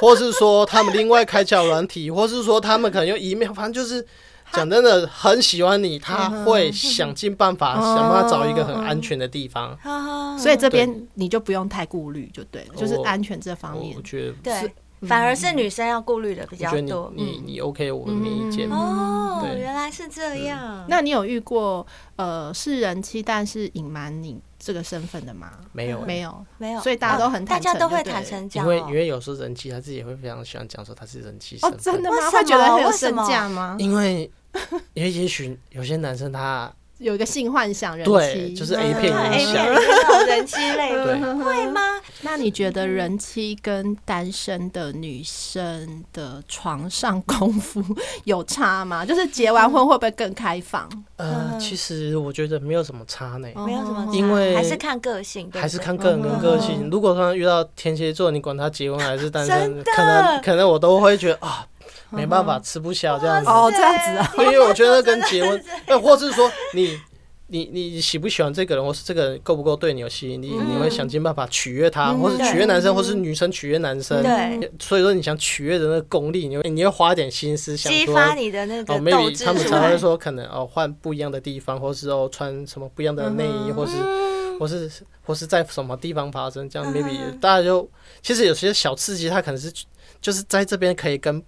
或是说他们另外开小软体，或是说他们可能用 email，反正就是讲真的很喜欢你，他会想尽办法
嗯
想办法找一个很安全的地方。
啊，
所以这边你就不用太顾虑，就对了，就是
我
安全这方面
哦我。觉得，
对，反而是女生要顾虑的比
嗯我
较
觉得你
多。
嗯
你你 OK，我没意见。
哦，
对嗯
原来是这样。
那你有遇过呃是人妻，但是隐瞒你这个身份的吗？
没有
没有，
没有，哦
所以大家都很
大
坦诚
家都会
就对
坦诚讲
因
哦，
为因为有时候人妻她自己也会非常喜欢讲说她是人妻身
哦，
份，
真的
为
吗？
什么
会觉得很有
为什
身
么
价吗？
因为 因为也许有些男生他
有一个性幻想人
对
妻，嗯
就是 A 片
看嗯 A 片
影响，
里面那种人妻类
对
的，会吗？
那你觉得人妻跟单身的女生的床上功夫 有差吗？就是结完婚会不会更开放？
呃，
嗯
其实我觉得没有什么差呢，
没有什
哦
么差，啊
嗯因为
还是看个性，哦对不对嗯
还是看个人跟个性。如果说遇到天蝎座，你管他结婚还是单
真的
身，
嗯
可能可能我都会觉得啊，没办法，吃不消这样子，
哦，这样子啊，
因为我觉得跟结婚，呃，或是说你你你喜不喜欢这个人，或是这个人够不够对你有吸引力，
嗯
你会想尽办法取悦他，或是取悦男生，或是女生取悦男生。
对，
所以说你想取悦的那个功力，你会你会花点心思想
激
说
发你的那个
哦
斗
，maybe
志
他们
出
才
来
会说可能哦换不一样的地方，或是哦穿什么不一样的内
嗯
衣，或是或是或是在什么地方发生，这
嗯
样 maybe 大家就其实有些小刺激，它可能是就是在这边可以跟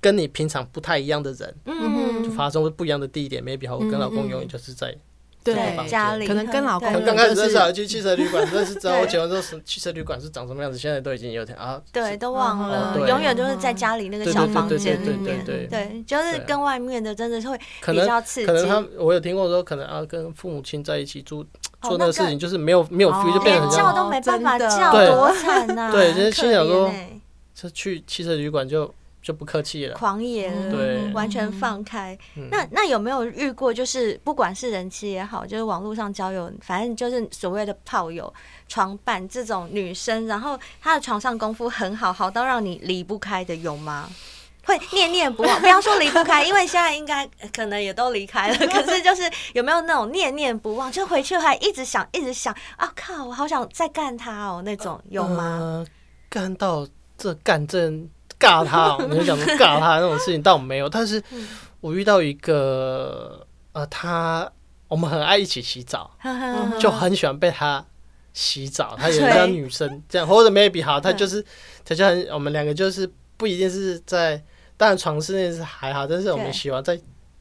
跟你平常不太一样的人
嗯
就发生或不一样的地点，maybe 好我跟老公永远就是在
对
对
对，家里嗯
可能跟老公
可能
对
刚开始认
就
识
是
啊去汽车旅 馆，认识之后
对
我结婚之后是汽车旅馆是长什么样子，现在都已经有点啊，
对都忘了
哦，对
永远都是在家里那个
对
小
对
房
对
间
对
里
对
面，
对对
对，就是
对啊
跟外面的真的是会
可
比
能
较刺激，
可能他我有听过说，可能啊跟父母亲在一起住
哦
做那个事情，就是没有没有 feel，就变
连
成哎这
叫
样，
都没办法
真的
叫，
对
多惨呐！
对就是心想说
可怜欸
就去汽车旅馆就就不客气了。
狂野
嗯
了，
对
完全放开。
嗯
那那有没有遇过，就是不管是人妻也好，就是网络上交友，反正就是所谓的炮友、床伴这种女生，然后她的床上功夫很好，好到让你离不开的，有吗？会念念不忘，不要说离不开，因为现在应该呃可能也都离开了。可是就是有没有那种念念不忘，就回去还一直想，一直想啊靠，我好想再干他哦那种，有吗？
呃干到这干这尬他、哦，你就想说尬他那种事情倒没有，但是
嗯
我遇到一个呃，他我们很爱一起洗澡，
嗯
就很喜欢被他洗澡，他也
吹
像女生这样，或者 maybe 好，他就是他就很我们两个就是不一定是在，当然床室内是还好，但是我们
对
喜欢在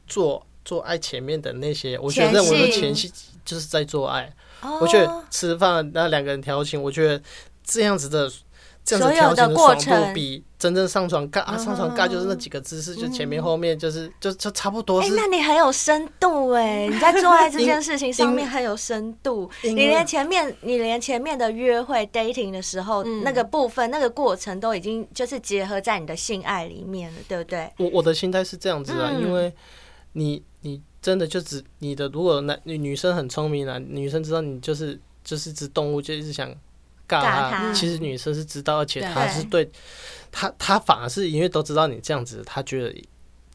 做做爱前面的那些，我觉得
前戏
我的前戏就是在做爱，
我
我觉得吃饭那两个人调情，我觉得这样子的这样
所
子
有
调情
的
的
过
爽
程
度比真正上床尬啊上床尬就是那几个姿势，就前面后面就是就就差不多
嗯哎、
是
那你很有深度哎、你在做爱这件事情上
因
面很有深度，
因
你连前面你连前面的约会 dating 的时候、那个部分那个过程都已经就是结合在你的性爱里面了，对不对？
我我的心态是这样子啊，
嗯
因为你你真的就只你的如果男女女生很聪明啊，女生知道你就是就是只动物，就一直想尬
尬
她。
她
其实女生是知道，而且
对
她是对她她反而是因为都知道你这样子，她觉得。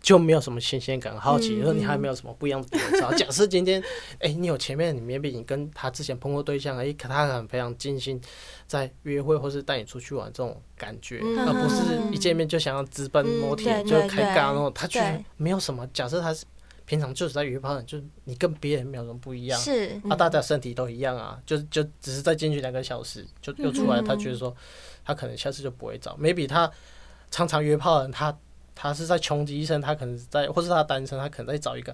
就没有什么新鲜感、好奇，然后你还没有什么不一样的点。啊假设今天，哎、你有前面你 maybe 你跟他之前碰过对象，哎、可他很非常尽心在约会或是带你出去玩这种感觉，而呃不是一见面就想要直奔摩铁
嗯
就
对
开
对
尬，然后他居然
对
没有什么。假设他是平常就是在约炮的，就是你跟别人没有什么不一样，
是，
啊，大家身体都一样啊，就就只是再进去两个小时
嗯
就又出来，他觉得说他可能下次就不会找，maybe 他常常约炮的人，他他是在穷极一生，他可能在或是他单身，他可能在找一个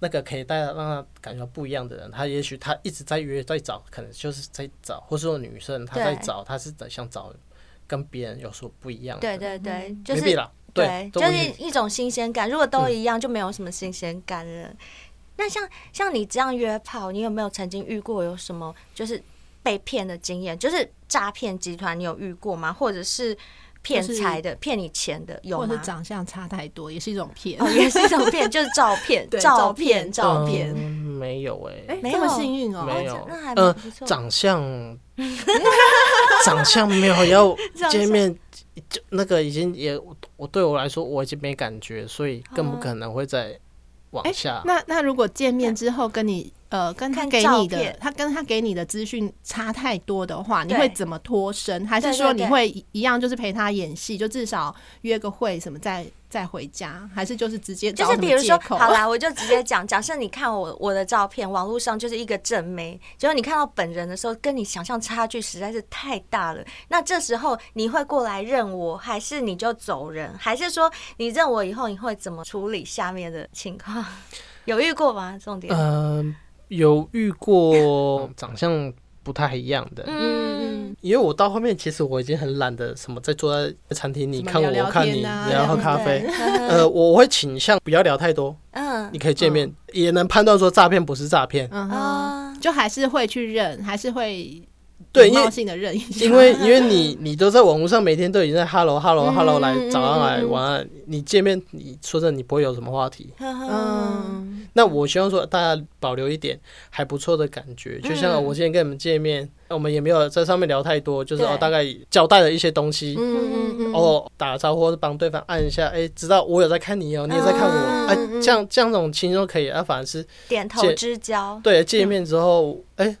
那个可以带他让他感觉到不一样的人，他也许他一直在约在找，可能就是在找，或是说女生她在
对
找，她是想找跟别人有所不一样的
对
人，
对对，就
m a
是
y b e 啦，
对，
都
就
不
是
一定
一种新鲜感。如果都一样，就没有什么新鲜感了。那像像你这样约炮，你有没有曾经遇过有什么就是被骗的经验？就是诈骗集团，你有遇过吗？或者是骗财的、骗你钱的，有
或是
吗？
长相差太多，也是一种骗
哦，。也是一种骗，就是照片，
对
照
照片
照片。
嗯没有哎、
哎，
没
这么
有
幸运哦，
没有
哦这那还，蛮
呃
不错，
长相， 长相没有要
长相
见面，就那个已经也我对我来说我已经没感觉，所以更不可能会再往下。
哎
那那如果见面之后跟你呃跟他
看
给
照
你的
片
他跟他给你的资讯差太多的话，你
对
会怎么脱身？还是
对
说
对
你
对
会一一样就是陪他演戏，就至少约个会什么再再回家？还是就是直接
就
找
是
什
比
么
如说
借，口
好啦，我就直接讲，假设你看我我的照片，网络上就是一个正妹，结果你看到本人的时候，跟你想象差距实在是太大了。那这时候你会过来认我，还是你就走人？还是说你认我以后，你会怎么处理下面的情况？ 有遇过吗？重点，
嗯，有遇过长相不太一样的，
嗯，
因为我到后面其实我已经很懒得什么在坐在餐厅，你
什么
看我，
聊聊
我看
天
你，
啊
然后
这样
喝咖啡
对。
呃，我会倾向不要聊太多，
嗯
你可以见面，也能判断说诈骗不是诈骗。
嗯哼，
啊，
就还是会去认，还是会
对，
礼
因为
貌性的认一下，
因为因为你你都在网络上每天都已经在 hello
嗯
hello hello 来早上来晚安，你见面你说真的你不会有什么话题，
嗯
嗯
那我希望说大家保留一点还不错的感觉，就
嗯
像我今天跟你们见面，我们也没有在上面聊太多，就是哦
对
大概交代了一些东西，
嗯嗯嗯，
哦打个招呼或者帮对方按一下，哎，知道我有在看你哦，你也在
嗯
看我，哎，这样这样这种轻松可以，啊，反而是
点头
见
之交，
对见面之后，哎，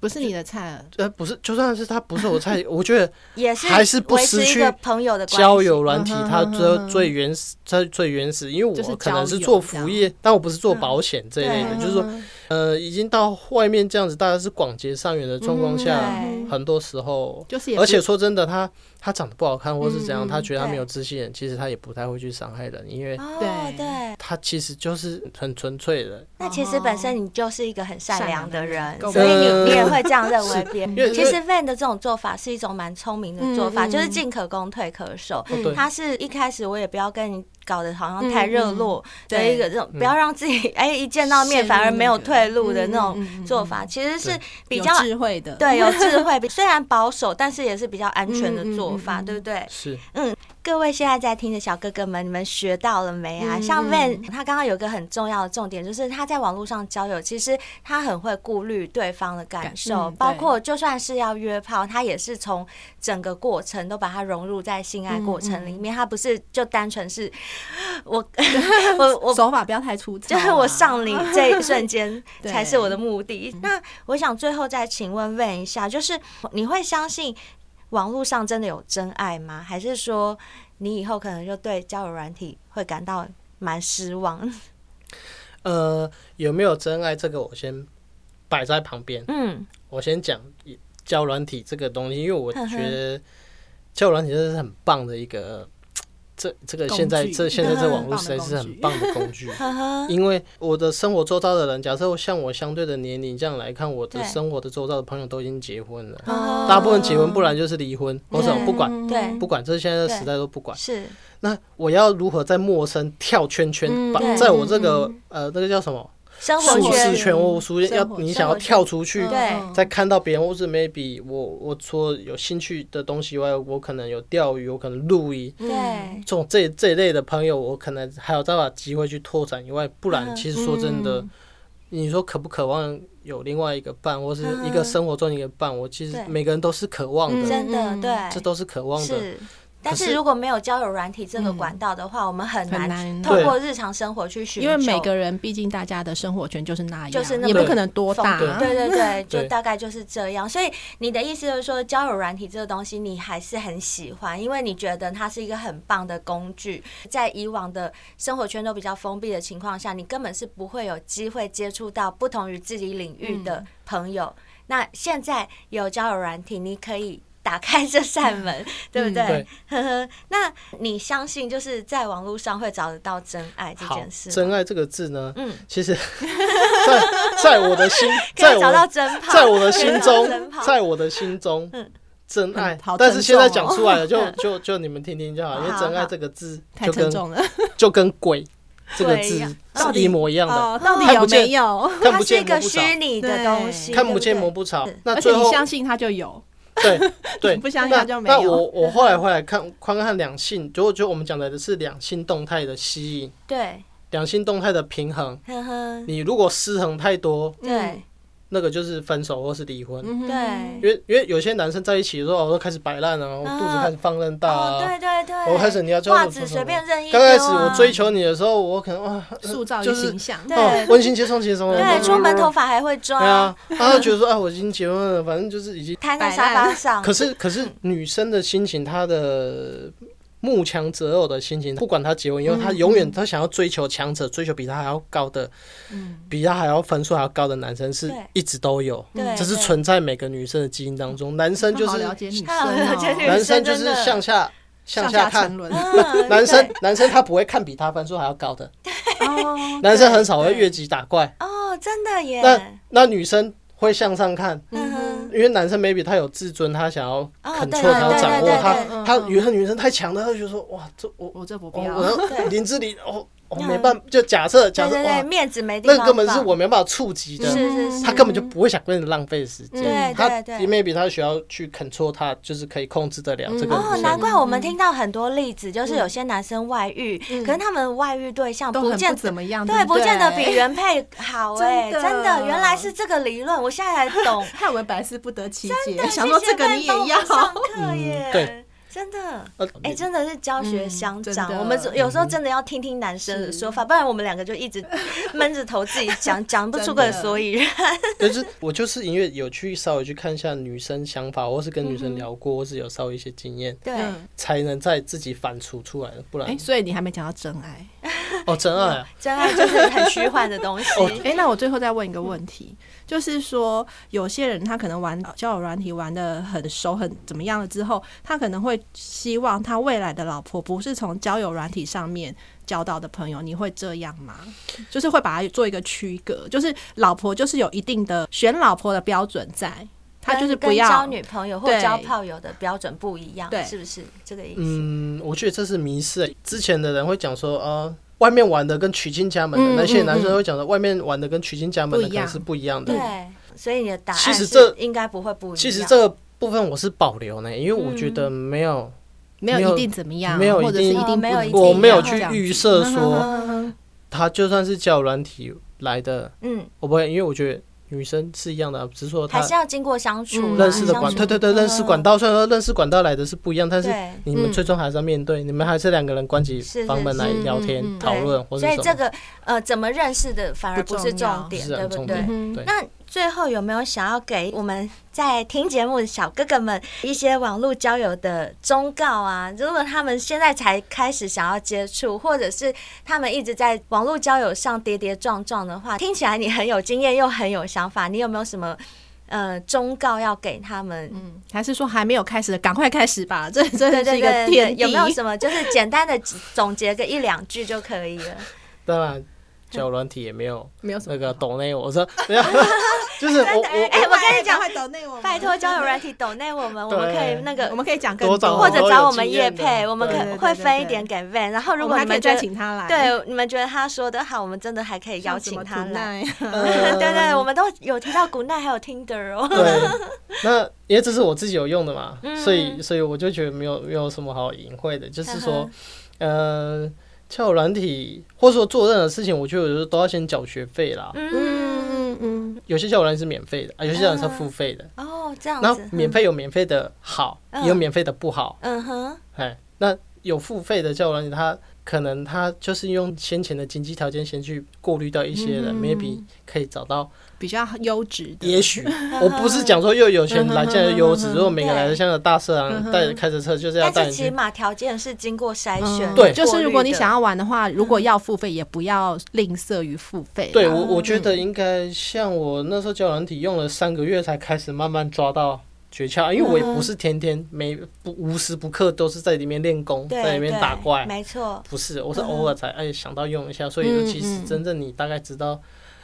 不是你的菜了。
呃不是，就算是他不是我 菜，我觉得
也是
还是不
维
失
持一
去
个朋友的关系
交友软体
嗯哼
它
哼
最
哼
最原始，它最原始，因为
就是
我可能
交
是
友啊
做
这
服
样
务业，但我不是做
嗯
保险这一类的，
对
就是说，呃，已经到外面这样子，大家是广结善缘的状况下，
对
很多时候，
嗯就是也不嗯
而且说真的，他他长得不好看或是怎样，他觉得他没
对
有自信，其实他也不太会去伤害人，因为
哦
对
对。
他其实就是很纯粹的，
那其实本身你就是一个很善良的人
善良，的人
所以
呃
你你也会这样认为别
因为
人。其实 Van 的这种做法是一种蛮聪明的做法，就是进可攻退可守。
哦
嗯
对
他是一开始我也不要跟你搞得好像太热络的一个这种，
嗯
不要让自己哎一见到面
陷入
反而没有
那个嗯
退路的那种做法，其实是
对
比较
有智慧的，
对有智慧，比虽然保守，但是也是比较安全的做法，对不对？
是
各位现在在听的小哥哥们，你们学到了没
嗯
啊？像 Van，他刚刚有一个很重要的重点，就是他在网络上交友，其实他很会顾虑对方的感受，
嗯对
包括就算是要约炮，他也是从整个过程都把它融入在性爱过程里面，他不是就单纯是我我我
手法不要太粗糙
就
啊，
是我上你这 一瞬间
对嗯
才是我的目的。那我想最后再请问问一下，就是你会相信网络上真的有真爱吗？还是说你以后可能就对交友软体会感到蛮失望？
呃有没有真爱这个我先摆在旁边，
嗯，
我先讲教软体这个东西，因为我觉得教软体真的是很棒的一个，这这个
工具
现在这现在这网络
嗯
实在是很
很
棒的 工具。因为我的生活周遭的人，假设像我相对的年龄这样来看，我的
对
生活的周遭的朋友都已经结婚了，
哦
大部分结婚，不然就是离婚，或者
对
不管
对
不管，这是现在的时代都不管。
是
那我要如何在陌生跳圈圈，
嗯
把
对
在我这个呃那个叫什么
生活
舒
圈
适圈，我出现要
嗯生活
你
圈
想要跳出去，
对
在看到别人或是 maybe 我我除了有兴趣的东西以外，我可能有钓鱼，我可能录音，
嗯
对
这种这这一类的朋友，我可能还有再把机会去拓展以外，
嗯
不然其实说真的，你说渴不渴望有另外一个伴，或是一个生活中的一个伴，我其实
嗯对
每个人都是渴望
嗯
的，
真的对，
这都是渴望的。
是。但
可
是
是
如果没有交友软体这个管道的话，我们很
嗯
难
很难
透过日常生活去寻
因
求。
为每个人毕竟大家的生活圈就是那样，
就是那
也
么
不可能多大、啊
对
对对 对，就
对
大概就是这样。所以你的意思就是说，交友软体这个东西你还是很喜欢，因为你觉得它是一个很棒的工具。在以往的生活圈都比较封闭的情况下，你根本是不会有机会接触到不同于自己领域的
嗯
朋友。那现在有交友软体，你可以。打开这
嗯
扇门，对不对？
对
呵呵，那你相信就是在网络上会找得到真爱这
好
件，事吗？哦
真爱这个字呢，
嗯，
其实 在在我 的心，
可
在
以
我
找到
的
真泡，
在我的
可以
心
找到真
中
泡，
在我的心中，真爱
嗯好。
但是
沉
现在
重哦
讲出来了，就就就你们听听就好，因为
好
真爱
好
这个字
太
就
沉
跟
重了。
就跟鬼这个
鬼一
字
样
到
是
底
一模一样 的，
哦到底
看
有
不见
没有？
看
它
不
是一
见
个
摸不着，
虚拟的
对
东西，
看不见
对
摸
对
不着
是。
嗯
那
而且
最
你
后
相信他就有，
对 对，
不相信他
那
就没
那
有
我我后来回来看观看两性，如果就我们讲的是两性动态的吸引，
对，
两性动态的平衡，
呵呵，
你如果失衡太多，
对
那个就是分手或是离婚。
对，
因为因为有些男生在一起的时候，我都开始摆烂啊，我肚子开始放任大
哦，
啊
对，对对，
我开始你要叫
袜
我
子随便任意
刚开始
丢啊
我追求你的时候，我可能哇，
塑造一
就
个
是
形象。
对
哦，温馨接送接送，
对，出门头发还会抓，
对啊，他就觉得说，哎，我已经结婚了，反正就是已经。
摊在沙发上，
可是可是女生的心情，她的慕强择偶的心情，不管她结婚以后，
嗯
她永远她想要追求强者，追求比她还要高的，比她还要分数还要高的男生，是
嗯对
一直都有，
对
这是
对
存在每个女生的基因当中。男生就
他好
是
了解 女生
他好了解 女生
哦，
男生就
真
是
的
向下向
上
下
下
看
沉，沦。
嗯
男生
对
男生他不会看比他分数还要 高的，
哦
男生很少会越级打怪。
哦，真的耶，
那那女生会向上看，
嗯哼
因为男生 maybe 他有自尊，他想要
哦
control，
对
他要掌握
对对对
他
对
嗯，
他
嗯
有些女生太强了，他就觉得说哇，这我我
哦 我这不必
我
要。
我要林志玲哦，我
嗯
没办法，就假设假
对对
设
对，
哇，
面子没地
那
方
个根本是
放
我没办法触及的，
是是是，
他根本就不会想跟你浪费时间。
对
他
对对。
maybe 他需要去 control 他，就是可以控制得了这个
哦，
女
难
生。
怪我
嗯
们听到很多例子，就是有些男生外遇，可是他们外遇对象
都很
见
不怎么样，
对，
不
不见得比原配好哎、
真的。
真的，原来是这个理论，我现在才懂
害我白是不得其解，
对
想说
谢
这
谢
个
贝
你
帮我
也要
们。上课耶，
嗯对
真的。
呃
哎、真的是教学相长。
嗯真的嗯
我们有时候真的要听听男生的说法，不然我们两个就一直闷着头自己 讲，讲不出个所以然。
但是我就是因为有去稍微去看一下女生想法，或是跟女
嗯
生聊过，或是有稍微一些经验，
对，
嗯，
才能在自己反刍出来的，不然
哎，所以你还没讲到真爱。
哦，真爱啊，
真爱就是很虚幻的 东西。
哦
哎、那我最后再问一个问题，就是说，有些人他可能玩交友软体玩的很熟，很怎么样了之后，他可能会希望他未来的老婆不是从交友软体上面交到的朋友，你会这样吗？就是会把它做一个区隔，就是老婆就是有一定的选老婆的标准在，他就是
跟
不
跟交
要
女朋友或
对
交炮友的标准不一样，
对
是不是这个意思？
嗯，我觉得这是迷失。欸之前的人会讲说，呃，外面玩的跟娶亲家门的、
嗯
那些
嗯
男生
嗯
会讲说，外面玩的跟娶亲家门
不
的可
一样
能是不一样的。
嗯
对，所以你的答案
其实
是
这
应该不会不一样。嗯
其实这个部分我是保留呢，因为我觉得没有，
没
没
有
有
一定怎么样，
没有
或
一
者是一定
定
哦
不
没有
能
一定
我没有
这
去
样
预
子
设说
嗯哼
他就算是叫软体来的，
嗯，
我不会，因为我觉得女生是一样的啊，只是说
还
他
是要经过相处
嗯
啦、
认识的
相
管，
处
对对对，认识管
嗯
道，虽然说认识管道来的是不一样，但是
对
你们最终还是要面对，你们还是两个人关起
是是
房门来
是
聊
嗯嗯
天
嗯
讨论或
对
者
所以
什
这
么，
个呃，怎么认识的反而不是重点，
是
对
很
不
重
对？嗯
点。对，
那最后有没有想要给我们在听节目的小哥哥们一些网络交友的忠告啊？如果他们现在才开始想要接触，或者是他们一直在网络交友上跌跌撞撞的话，听起来你很有经验又很有想法，你有没有什么呃忠告要给他们？
嗯，还是说还没有开始的，赶快开始吧，这真
对
的是
对
一个
对对
天地。
有没有什么就是简单的总结个一两句就可以了？
当然。叫软体也没有
没有什么
那个抖内，我说没有，就是我我
哎、我跟你讲，
快抖内我们
拜托交友软体抖内我们，我们可以
对
那个
我们可以讲更
多找
或者找我们叶
业
配，我们
对
可
对
会
对
分一
对
点给 Van，然后如
我
果
们
你
还可以
觉
再
得
请他来，，
对你们觉得他说的好，我们真的还可以邀请他来。 对
呃
对
啊
对，我们都有提到古奈还有 Tinder 哦，
对，那因为这是我自己有用的嘛，
嗯
所以所以我就觉得没有没有什么好隐晦的，就是说
嗯，
呃，跳软体或者说做任何事情，我觉得有时候都要先缴学费啦。
嗯，
嗯嗯，
有些跳软体是免费的，啊，有些跳软体是付费的。
哦这样
那
子，
免费有免费的好，
嗯
也有免费的不好。
嗯哼，
哎，那有付费的教软体，他可能他就是用先前的经济条件先去过滤掉一些
嗯
人、m a y b e 可以找到
比较优质的，
也许
嗯
我不是讲说又有钱来现在优质，如果每个来
对
的像个大色狼带着开着车就是要
嗯但
带
是
你
起
去，
码条件是经过筛选，
对
嗯就是如果你想
要，
要玩的话，如果要付费，也不要吝啬于付费。
对
嗯
我我觉得应该像我那时候教软体用了三个月才开始慢慢抓到诀窍，因为我也不是天天每不无时不刻都是在里面练功，
对
在里面打
对
怪，
没错，
不是，我是
嗯
偶尔才哎想到用一下，所以尤其是真正你大概知道，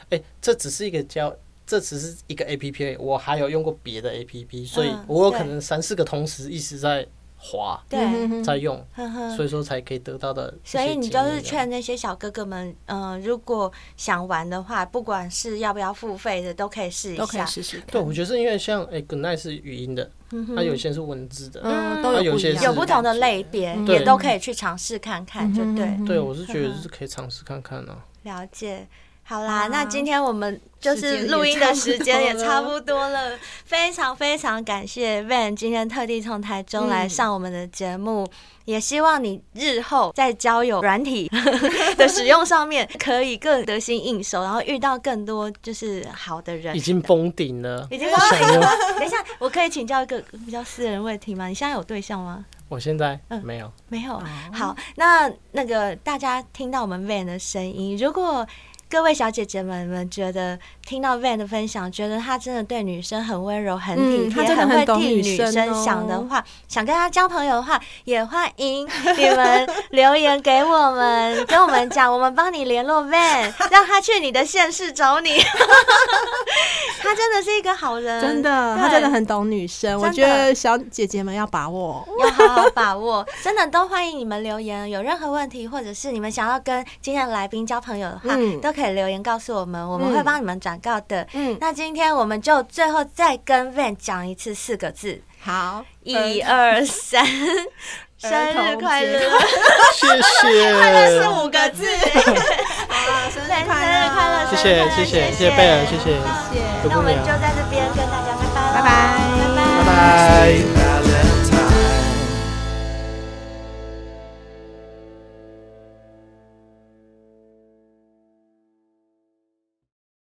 哎，这只是一个教。这只是一个 A P P，我还有用过别的 A P P，所以
嗯
我有
对
可能三四个同时一直在滑，
对，
嗯
在用，
呵呵。
所以说才可以得到的一
嗯所
些经验啊。
以你就是劝那些小哥哥们，嗯、如果想玩的话，不管是要不要付费的，都可以试一
都可
下
以。试试看。
对，我觉得是因为像哎、g o o d night 是语音的，
嗯
它有些是文字的，
嗯，
啊
都
有
不
些
一
是
样，
有不同的类别，
对
也都可以去尝试看看，就对，嗯
对我是觉得是可以尝试看看呢、啊。
了解。好啦，那今天我们就是录音的时
时
间
间
也
也
差
差
不
不
多了，非常非常感谢 Van 今天特地从台中来上我们的节目，也希望你日后在交友软体 的使用上面可以更得心应手，然后遇到更多就是好的人
已。经封顶了，
已经
想用。
等一下，我可以请教一个比较私人问题吗？你现在有对象吗？
我现在
嗯
没有，
没
哦
有。好，那那个大家听到我们 Van 的声音，如果各位小姐姐们们觉得听到 Van 的分享，觉得他真的对女生很温柔、很体
嗯他
贴，
真的很
会
懂
替
女
女
生
生
哦
想的话，想跟他交朋友的话，也欢迎你们留言给我们，跟我们讲，我们帮你联络 Van，让他去你的县市找你。 他真的是一个好人，
真的，他
对
真的很懂女生，我
真
觉
的
得小姐姐们要把握。
要好好把握，真的都欢迎你们留言，有任何问题或者是你们想要跟今天的来宾交朋友的话，
嗯
都可以留言告诉我们，我们会帮你们转告的。
嗯，
那今天我们就最后再跟 Van 讲一次四个字：
好，
一二三，生日快乐！
谢 谢，
是五个字，
生
生日快乐，
谢谢，谢谢，谢谢贝尔，谢谢，
谢谢
灰
嗯那我
姑
们
娘
就在这边跟大家拜拜，
拜
拜
拜
拜，
拜拜。
Bye.